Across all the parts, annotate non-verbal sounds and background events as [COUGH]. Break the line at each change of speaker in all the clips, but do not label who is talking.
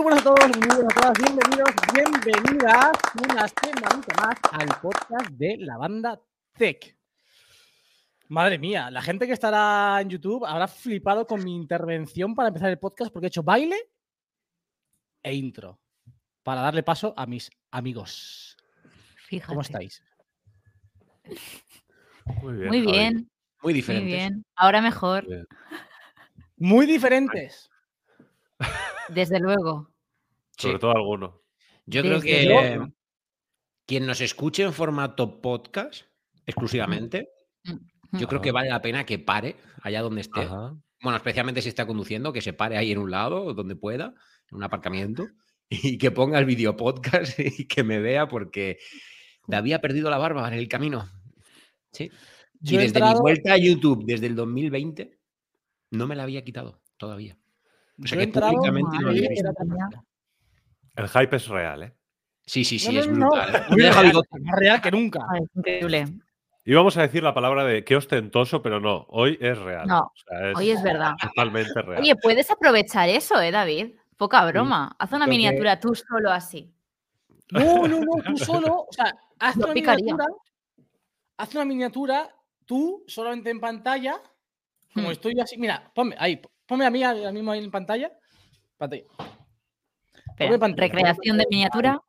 Bienvenidos a todas, bienvenidos, bienvenidas una semanita más al podcast de la banda Tech. Madre mía, la gente que estará en YouTube habrá flipado con mi intervención para empezar el podcast porque he hecho baile e intro para darle paso a mis amigos.
Fíjate.
¿Cómo estáis?
Muy bien.
Muy
Javi.
bien,
Muy
muy
diferentes.
bien. Ahora mejor,
Bien.
Muy diferentes.
desde luego.
Sí.
Sobre todo alguno.
Yo
Desde
creo que
luego.
eh, quien nos escuche en formato podcast exclusivamente,
Mm.
yo creo que
Ajá.
vale la pena que pare allá donde esté.
Ajá.
Bueno, especialmente si está conduciendo, que se pare ahí en un lado, donde pueda, en un aparcamiento, [LAUGHS] y que ponga el video podcast y que me vea porque David ha perdido la barba en el camino. Sí.
Yo
y
he
desde mi
entrado-
vuelta a YouTube, desde el 2020, no me la había quitado todavía. O
Yo
sea
he
que
entrado
públicamente no lo
ahí
había
en
visto.
la temática.
El hype es real, ¿eh?
Sí, sí, sí,
No,
es
no, no.
brutal. ¿eh? No me deja bigote.
Más real que nunca.
Ah, es increíble.
Íbamos a decir la palabra de qué ostentoso, pero no, hoy es real.
No,
O sea,
Hoy es verdad.
totalmente real.
Oye, puedes aprovechar eso, ¿eh, David? Poca broma. Haz una
Creo que-
miniatura tú solo así.
No, no, no, tú solo, o sea, haz
No
una
picaría.
miniatura, haz una miniatura tú solamente en pantalla, como
Hmm.
estoy yo así, mira, ponme ahí, ponme a mí ahora mismo ahí en pantalla. pantalla.
Espera,
Ponme pantalla.
recreación de miniatura.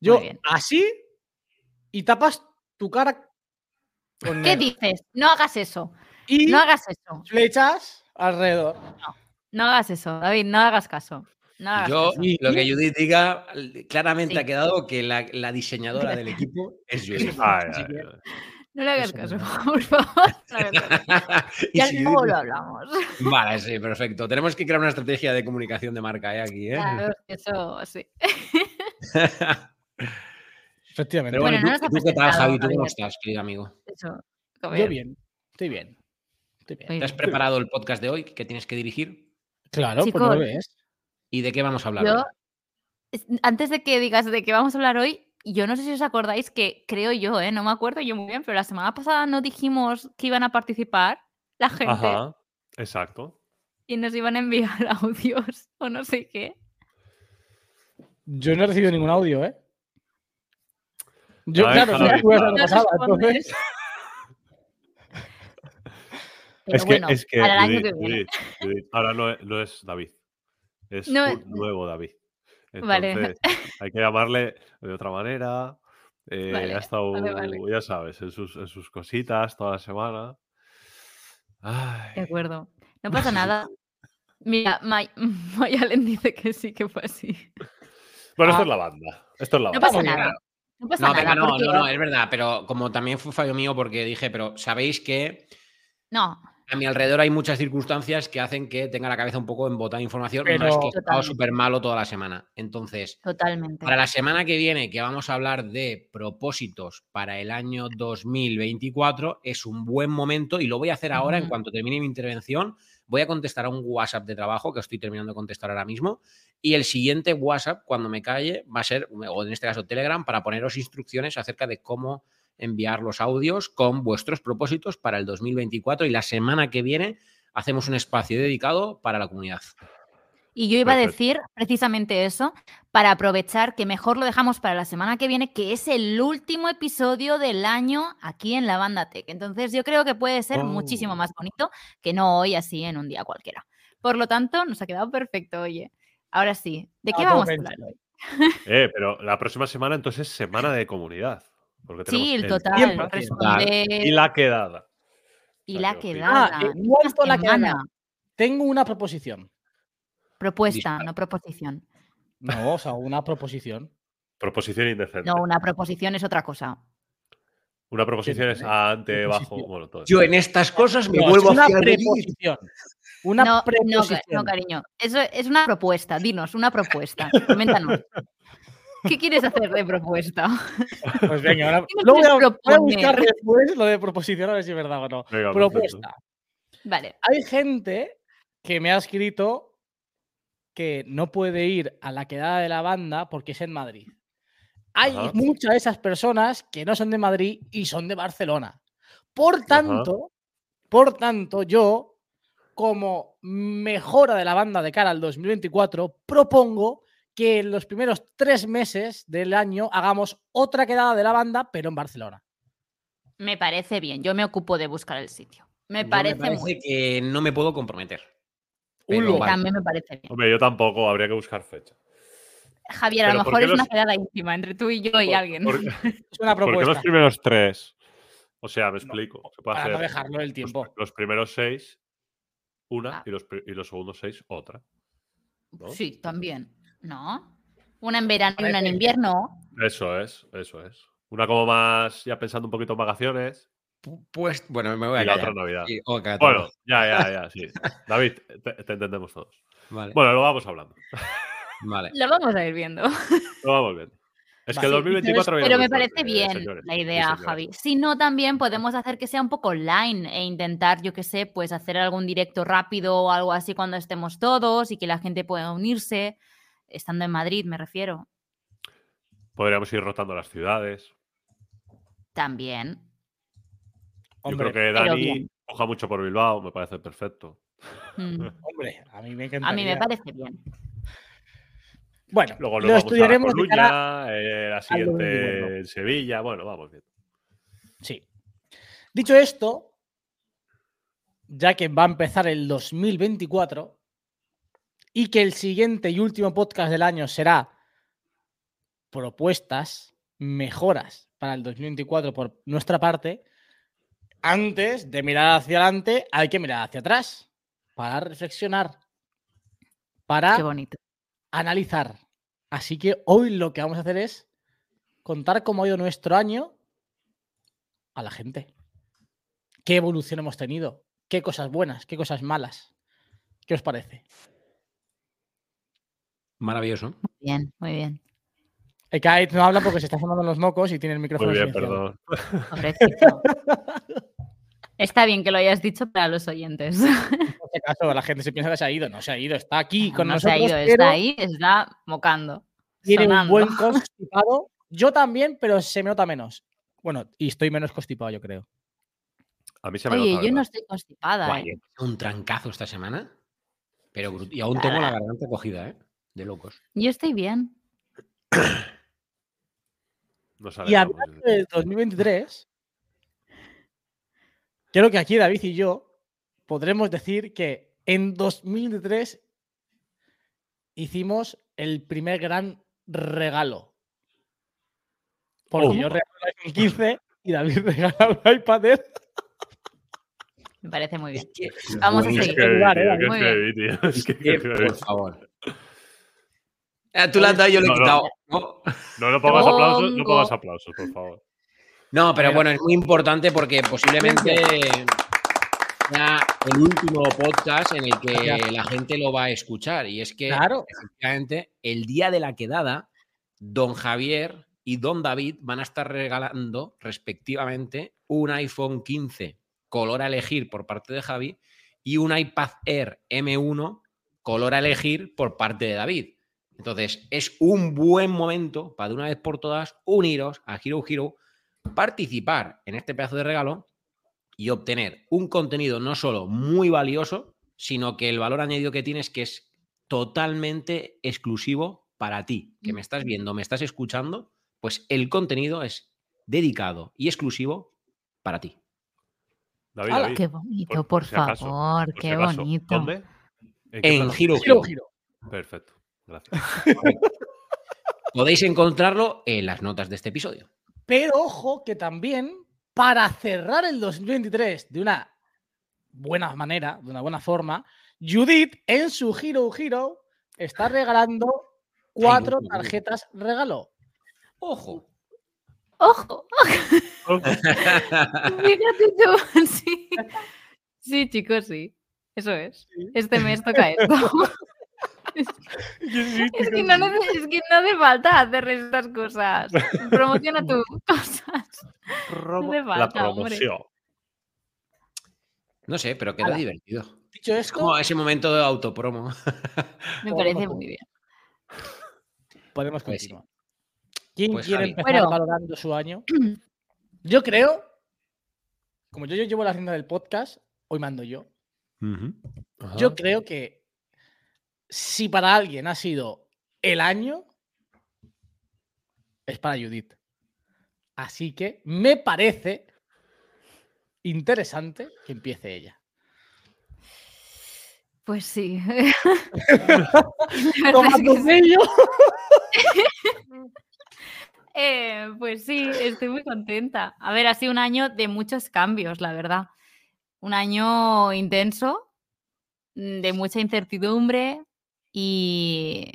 Yo
bien.
así y tapas tu cara con
¿Qué
negro.
dices? No hagas eso.
y
No hagas eso.
flechas alrededor.
No hagas eso, David. No hagas caso. No hagas
Yo,
caso.
lo que Judith diga, claramente
Ah, Sí.
ha quedado que la, la
[LAUGHS]
diseñadora del equipo es Judith.
Ay,
Así
ay,
que-
ay.
No le hagas
Eso
caso, [LAUGHS] por favor. no le hagas caso.
[LAUGHS] Y
Ya
si
luego
Judith-
lo hablamos.
Vale, sí, perfecto. Tenemos que crear una estrategia de comunicación de marca ¿eh? aquí,
[LAUGHS]
¿eh?
Claro, eso sí.
Efectivamente.
Pero bueno,
Bueno,
¿tú-
no nos ha
¿tú, qué tal,
presentado,
Javi? ¿Tú cómo
Javier.
estás, querido amigo?
Eso.
yo bien, estoy bien. Estoy bien.
Muy
¿Te has
bien.
preparado el podcast de hoy que tienes que dirigir?
Claro, pues
Chicos,
no lo ves.
¿Y de qué vamos a hablar?
Yo,
hoy?
es- antes de que digas de qué vamos a hablar hoy, yo no sé si os acordáis que creo yo, ¿eh? no me acuerdo yo muy bien, pero la semana pasada no dijimos que iban a participar la gente
Ajá, exacto.
y nos iban a enviar [LAUGHS] audios o no sé qué.
Yo no he recibido ningún audio, ¿eh? Yo,
A ver,
claro,
Javi,
tú eres la
No
pasada,
respondes.
entonces.
Pero
es que,
bueno,
es que
para el año que
Judith,
viene.
Judith, Judith, ahora no es, no es David. Es
No es-
un nuevo David.
Vale.
Entonces, Hay que llamarle de otra manera. Eh,
Vale,
ha estado,
vale, vale.
ya sabes, en sus, en sus cositas toda la semana.
De
Ay,
acuerdo. No pasa nada. Mira, May- [LAUGHS] Mayalen dice que sí que fue así.
Bueno, esto
Ah.
es la banda. Esto es la
No
banda.
pasa
bien.
nada. No pasa
No,
nada.
venga, no,
porque-
no, no, es verdad, pero como también fue fallo mío porque dije, pero sabéis que
no,
a mi alrededor hay muchas circunstancias que hacen que tenga la cabeza un poco embotada de información. no
Pero-
es que he estado
Totalmente.
súper malo toda la semana. Entonces,
totalmente.
Para la semana que viene, que vamos a hablar de propósitos para el año 2024, es un buen momento y lo voy a hacer ahora en
Ujú.
cuanto termine mi intervención. Voy a contestar a un WhatsApp de trabajo que estoy terminando de contestar ahora mismo. Y el siguiente WhatsApp, cuando me calle, va a ser, o en este caso Telegram, para poneros instrucciones acerca de cómo enviar los audios con vuestros propósitos para el 2024. Y la semana que viene hacemos un espacio dedicado para la comunidad.
Y yo iba a
Perfecto.
decir precisamente eso, para aprovechar que mejor lo dejamos para la semana que viene, que es el último episodio del año aquí en la banda Tech. Entonces yo creo que puede ser muchísimo
Oh.
más bonito que no hoy así en un día cualquiera. Por lo tanto, nos ha quedado perfecto, oye. Ahora sí, ¿de qué
Ah,
vamos a
momento.
hablar hoy?
Eh, pero la próxima semana entonces es semana de comunidad. Porque tenemos
Sí, el
tiempo
total,
tiempo,
y
responder
la quedada.
y la
claro, sí.
quedada.
Ah, ¿en
misma
cuánto la quedada?
semana.
Tengo una proposición.
Propuesta,
Dispara.
no proposición.
No, o sea, una proposición.
Proposición indecente.
No, una proposición es otra cosa.
Una proposición es ante, bajo, bueno, todo.
Yo en estas cosas [LAUGHS] me
No,
vuelvo
es una
a fiar de ti.
preposición. Una
no, no, ca-
preposición.
no, cariño. Eso es una propuesta. Dinos, una propuesta. Coméntanos. ¿Qué quieres hacer de propuesta? [LAUGHS]
pues venga, ahora
¿Qué me
lo voy, a,
quieres
voy a buscar
proponer?
después lo de proposición a ver si es verdad o no.
Venga, perfecto.
Propuesta.
Vale.
Hay gente que me ha escrito que no puede ir a la quedada de la banda porque es en Madrid. Hay
Ajá.
muchas de esas personas que no son de Madrid y son de Barcelona. Por tanto, por tanto, yo, como mejora de la banda de cara al 2024, propongo que en los primeros tres meses del año hagamos otra quedada de la banda, pero en Barcelona.
Me parece bien, yo me ocupo de buscar el sitio. Me
Yo
parece, muy
parece que no me puedo comprometer.
Un
Pero
lugar.
vale.
También me parece bien.
Hombre, yo tampoco, habría que buscar fecha.
Javier, a lo
Pero ¿por
mejor
qué
es una
los-
quedada íntima entre tú y yo y
Por-
alguien. [LAUGHS]
[LAUGHS]
Es
por-
una
¿Por qué los
propuesta
primeros tres? O sea, me explico. se puede
para no
hacer Pues
dejarlo el
los,
tiempo.
los primeros seis, una,
Ah.
y, los, pri- y los segundos seis, otra. ¿no?
Sí, también. ¿No? Una en verano y una en
Parece-
invierno.
Eso es, eso es. Una como más, ya pensando un poquito en vacaciones,
Pu- Pues, bueno, me voy a
y la
callar.
otra Navidad.
Sí, ok, todo.
Bueno, ya, ya, ya, sí. David, te, te entendemos todos.
vale.
Bueno, lo vamos hablando.
vale.
Lo vamos a ir viendo.
Lo vamos viendo. Es que
Vale.
el
Sí,
2024 viene
Pero
muy
me parece
fuerte,
bien
señores
la
y
idea,
señoras.
Javi. Si no, también podemos hacer que sea un poco online e intentar, yo qué sé, pues hacer algún directo rápido o algo así cuando estemos todos y que la gente pueda unirse, estando en Madrid, me refiero.
Podríamos ir rotando las ciudades.
También.
Hombre,
Yo creo que
pero
Dani
bien.
coja mucho por Bilbao, me parece perfecto.
[LAUGHS] Mm.
hombre, a mí me
A mí me
encantaría.
parece bien.
Bueno,
Luego nos
lo
vamos a
estudiaremos de
Coruña,
cara
eh, la
domingo.
siguiente en Sevilla. Bueno, vamos bien.
Sí. Dicho esto, ya que va a empezar el 2024 y que el siguiente y último podcast del año será propuestas, mejoras para el 2024 por nuestra parte, antes de mirar hacia adelante hay que mirar hacia atrás para reflexionar, para Ah.
Qué bonito.
analizar. Así que hoy lo que vamos a hacer es contar cómo ha ido nuestro año a la gente. ¿Qué evolución hemos tenido? ¿Qué cosas buenas? ¿Qué cosas malas? ¿Qué os parece?
Maravilloso.
Bien, muy bien.
El Kite no habla porque se está sonando los mocos y tiene el micrófono.
Muy bien,
silenciado.
perdón.
[LAUGHS]
Pobrecito. Está bien que lo hayas dicho para los oyentes.
Por si acaso, este la gente se piensa que se ha ido. No se ha ido, está aquí con
no se ha
nosotros.
ido,
pero
está ahí, está mocando.
Tiene un
sonando.
buen constipado. Yo también, pero se me nota menos. Bueno, y estoy menos constipado, yo creo.
A mí se me
Oye,
nota,
yo no
¿verdad?
estoy constipada.
Guay,
¿eh?
he pegado un trancazo esta semana. Pero brut- Y aún tengo la garganta cogida, ¿eh? De locos.
Yo estoy bien.
Nos
Y
alegramos.
hablando del 2023, creo que aquí David y yo podremos decir que en 2023 hicimos el primer gran regalo. Porque
Oh.
yo regalé el iPhone 15 y David [LAUGHS] regaló el iPad Air.
Me parece muy bien.
que-
Vamos a
Es
seguir.
que,
Lugar, ¿eh?
tío,
Muy
que heavy, tío, es que-
Eh, Por favor. Ah, Tú la has dado, yo le he
No, no.
quitado. No.
No, no pongas aplausos, no
Tongo.
pongas aplausos, por favor.
No, pero
Pero-
bueno, es muy importante porque posiblemente sea el último podcast en el que
Gracias.
la gente lo va a escuchar. Y es que,
Claro.
efectivamente, el día de la quedada, don Javier y don David van a estar regalando, respectivamente, un iPhone 15 color a elegir por parte de Javi y un iPad Air M1 color a elegir por parte de David. Entonces, es un buen momento para de una vez por todas uniros a Hero Hero, participar en este pedazo de regalo y obtener un contenido no solo muy valioso, sino que el valor añadido que tienes que es totalmente exclusivo para ti, que me estás viendo, me estás escuchando, pues el contenido es dedicado y exclusivo para ti.
David,
Ala,
David,
Qué bonito,
por-
por,
por si acaso,
favor,
por si
qué
acaso,
bonito.
¿Dónde? ¿En Eh, qué
En
plataforma?
Hero
Giro,
Hero.
giro.
Perfecto, gracias.
Podéis encontrarlo en las notas de este episodio.
Pero ojo que también para cerrar el 2023 de una buena manera, de una buena forma, Judith en su Hero Hero está regalando cuatro
no, no, no.
tarjetas regalo.
Ojo.
[LAUGHS]
Ojo, [LAUGHS] fíjate tú. [LAUGHS] Sí. sí, chicos, sí. Eso es. Este mes
[LAUGHS]
toca esto. [LAUGHS] Es que, no, nece- es que no hace falta hacer estas cosas.
[LAUGHS]
Promociona tus cosas.
Promo-
hace
la
falta, hombre.
promoción.
No sé, pero queda
Ala.
divertido.
Dicho
Es
esto,
como eh, ese momento de autopromo.
Me
Oh,
parece
ojo.
muy bien.
podemos
Pues sí.
continuar. ¿Quién
Pues
quiere
Javi.
empezar
Bueno.
valorando su año?
[CLEARS THROAT]
Yo creo, como yo, yo llevo la agenda del podcast, hoy mando yo.
Ah.
Yo creo que si para alguien ha sido el año es para Judith. Así que me parece interesante que empiece ella.
Pues
[LAUGHS]
sí. [LAUGHS]
Toma tu sello.
Eh, pues sí, estoy muy contenta. A ver, ha sido un año de muchos cambios, la verdad. Un año intenso, mm, de mucha incertidumbre y,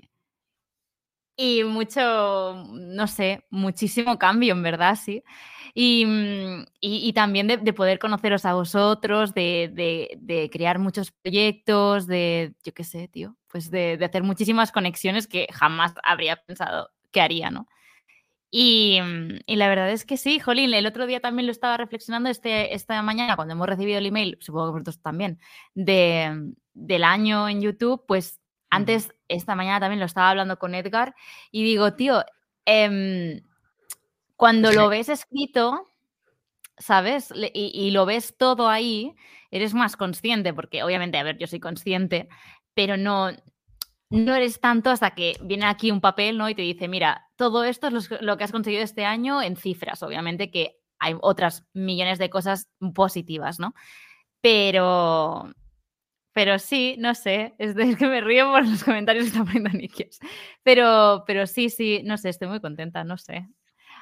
y mucho, no sé, muchísimo cambio, en verdad, sí. Y, mm, y- y también de, de poder conoceros a vosotros, de, de- de crear muchos proyectos, de, yo qué sé, tío, pues de, de hacer muchísimas conexiones que jamás habría pensado que haría, ¿no? Y, mm, y la verdad es que sí, Jolín, el otro día también lo estaba reflexionando este, esta mañana cuando hemos recibido el email, supongo que vosotros también, de, mm, del año en YouTube, pues antes, esta mañana también lo estaba hablando con Edgar y digo, tío, em, cuando lo ves escrito, ¿sabes? Le- Y, y lo ves todo ahí, eres más consciente, porque obviamente, a ver, yo soy consciente, pero no, no eres tanto hasta que viene aquí un papel, ¿no? Y te dice, mira, todo esto es los- lo que has conseguido este año en cifras, obviamente que hay otras millones de cosas positivas, ¿no? Pero, pero sí, no sé, es, de- es que me río por los comentarios que están poniendo Nikias. Pero, pero sí, sí, no sé, estoy muy contenta, no sé.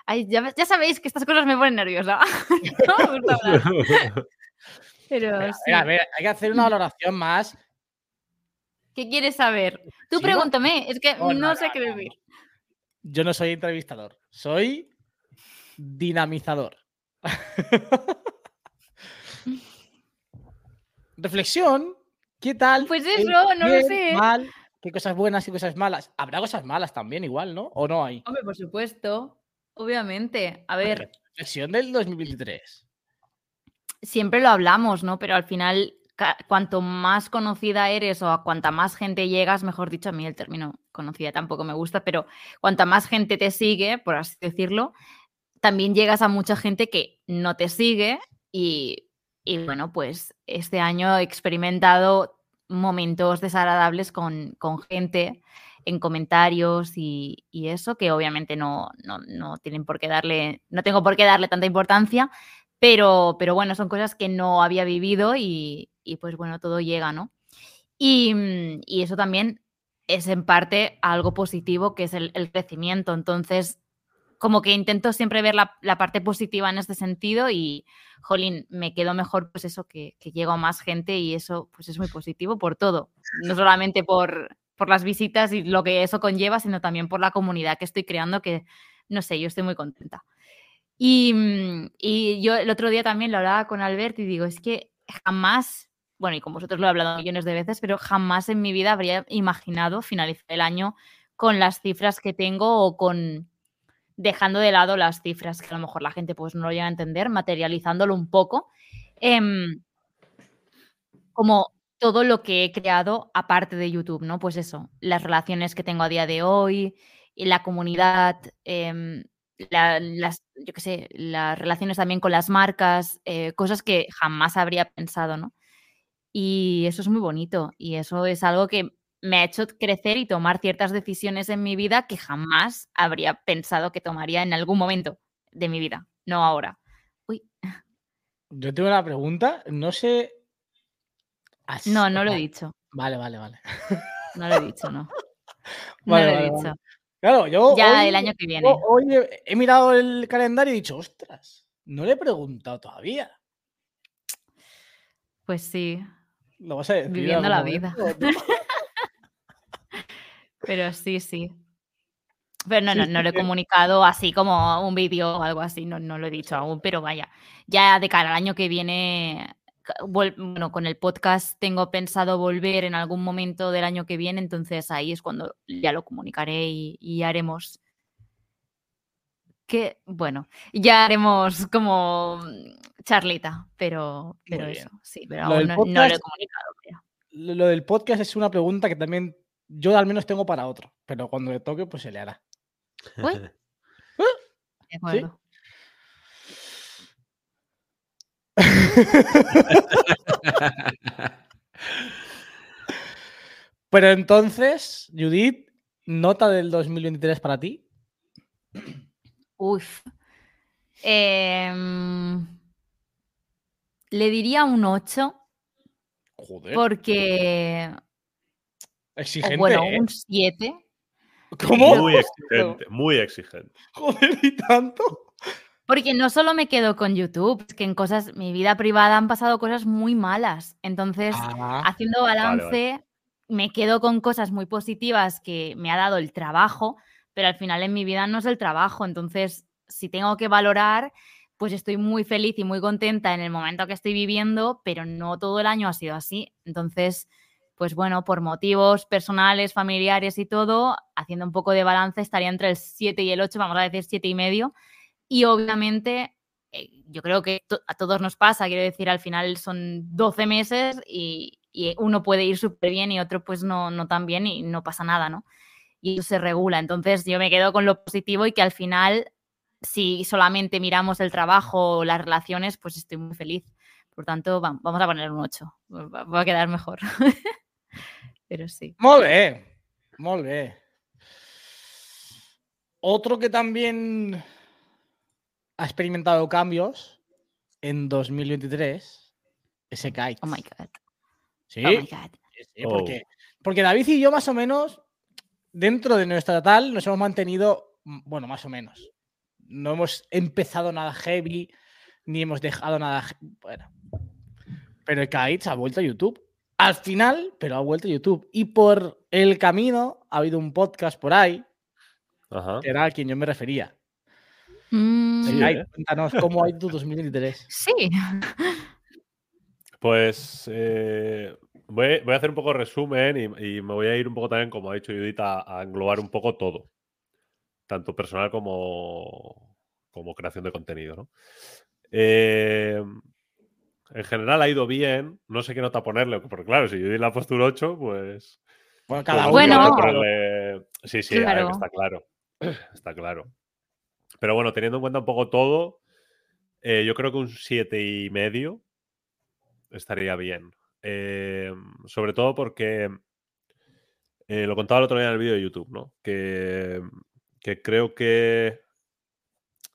Ay, ya, ves- ya sabéis que estas cosas me ponen nerviosa. [LAUGHS] No me gusta hablar,
[LAUGHS]
pero
A
sí.
ver, a ver, hay que hacer una valoración más.
¿Qué quieres saber?
Sí,
Tú
no.
pregúntame, es que
No,
no,
no,
sé
no,
qué
no,
decir.
Yo no soy entrevistador, soy dinamizador. [LAUGHS] Reflexión, ¿qué tal?
Pues
¿Qué
eso, no lo
bien,
sé.
mal? ¿Qué cosas buenas y cosas malas? Habrá cosas malas también, igual, ¿no? ¿O no hay?
Hombre, por supuesto, obviamente. A ver,
Reflexión del 2023.
siempre lo hablamos, ¿no? Pero al final, ca- cuanto más conocida eres o a cuanta más gente llegas, mejor dicho, a mí el término conocida tampoco me gusta, pero cuanta más gente te sigue, por así decirlo, también llegas a mucha gente que no te sigue y, y bueno, pues este año he experimentado momentos desagradables con, con gente en comentarios y, y eso, que obviamente no, no, no tienen por qué darle, no tengo por qué darle tanta importancia, pero, pero bueno, son cosas que no había vivido y, y pues bueno, todo llega, ¿no? Y, mm, y eso también es en parte algo positivo, que es el, el crecimiento. Entonces, como que intento siempre ver la, la parte positiva en este sentido y, jolín, me quedo mejor, pues eso, que, que llego a más gente y eso pues es muy positivo por todo, no solamente por por las visitas y lo que eso conlleva, sino también por la comunidad que estoy creando, que no sé, yo estoy muy contenta. Y, mm, y yo el otro día también lo hablaba con Albert y digo, es que jamás, bueno, y con vosotros lo he hablado millones de veces, pero jamás en mi vida habría imaginado finalizar el año con las cifras que tengo o con dejando de lado las cifras que a lo mejor la gente pues no lo llega a entender, materializándolo un poco, em, como todo lo que he creado aparte de YouTube, ¿no? Pues eso, las relaciones que tengo a día de hoy, y la comunidad, em, la- las, yo qué sé, las relaciones también con las marcas, eh, cosas que jamás habría pensado, ¿no? Y eso es muy bonito y eso es algo que me ha hecho crecer y tomar ciertas decisiones en mi vida que jamás habría pensado que tomaría en algún momento de mi vida, no ahora.
Yo tengo una pregunta, no sé. As-
No, no lo he
vale,
dicho,
Vale, vale, vale.
no lo he dicho, no. No
[LAUGHS] Vale,
lo he
vale,
dicho.
Claro, yo.
Ya
hoy-
el año que
yo
viene.
Hoy he, he mirado el calendario y he dicho, ostras, no le he preguntado todavía.
Pues sí,
Lo vas a decir en
Viviendo
algún
la vida.
momento, ¿no?
pero sí, sí. Pero no,
Sí,
no,
sí,
no lo he
que-
comunicado así como un vídeo o algo así, no, no lo he dicho aún, pero vaya, ya de cara al año que viene, ca- vol- bueno, con el podcast tengo pensado volver en algún momento del año que viene, entonces ahí es cuando ya lo comunicaré y, y haremos que, bueno, ya haremos como mm, charlita, pero, pero
bien.
eso, sí, pero
Lo del
aún no, no lo he
podcast-
comunicado. pero-
Lo lo del podcast es una pregunta que también yo al menos tengo para otro, pero cuando le toque, pues se le hará. ¿eh?
Uy. De acuerdo.
Pero entonces, Judith, ¿Nota del 2023 para ti?
Uf. Em, le diría un 8
Joder.
porque... o
Exigente.
bueno,
¿eh?
un 7.
¿Cómo?
Muy exigente, muy exigente.
Joder, y tanto.
Porque no solo me quedo con YouTube, es que en cosas, mi vida privada han pasado cosas muy malas. Entonces,
Ah,
haciendo
vale.
balance, me quedo con cosas muy positivas que me ha dado el trabajo, pero al final en mi vida no es el trabajo. Entonces, si tengo que valorar, pues estoy muy feliz y muy contenta en el momento que estoy viviendo, pero no todo el año ha sido así. Entonces, pues bueno, por motivos personales, familiares y todo, haciendo un poco de balance, estaría entre el 7 y el 8, vamos a decir 7 y medio. Y obviamente eh, yo creo que to- a todos nos pasa, quiero decir, al final son 12 meses y, y uno puede ir súper bien y otro pues no, no tan bien y no pasa nada, ¿no? Y eso se regula. Entonces yo me quedo con lo positivo y que al final, si solamente miramos el trabajo o las relaciones, pues estoy muy feliz. Por tanto, vam- vamos a poner un 8. Va va a quedar mejor. [LAUGHS] Pero sí.
molt bé, molt bé. Otro que también ha experimentado cambios en 2023 es Kai.
Oh my God.
Sí,
Oh my God.
sí, sí,
Oh.
porque, porque David y yo más o menos, dentro de nuestra tal, nos hemos mantenido, mm, bueno, más o menos. No hemos empezado nada heavy, ni hemos dejado nada... he- Bueno. Pero el Kaitz ha vuelto a YouTube. Al final, pero ha vuelto a YouTube. Y por el camino ha habido un podcast por ahí,
Ajá.
que era al quien yo me refería.
Mm,
Sí,
Kaitz,
¿eh?
cuéntanos, ¿cómo ha ido tu 2023?
sí.
Pues eh, voy, voy a hacer un poco de resumen y, y me voy a ir un poco también, como ha dicho Judith, a, a englobar un poco todo, tanto personal como, como creación de contenido. ¿no? Eh, en general ha ido bien, no sé qué nota ponerle, porque claro, si Judith le ha puesto un 8, pues
Bueno, cada
pues
uno.
no sé
Bueno.
qué ponerle- Sí, sí, a ver,
Claro.
está claro. [CLEARS THROAT] Está claro. Pero bueno, teniendo en cuenta un poco todo, eh, yo creo que un siete y medio estaría bien. Eh, sobre todo porque eh, lo contaba el otro día en el vídeo de YouTube, ¿no? Que, que creo que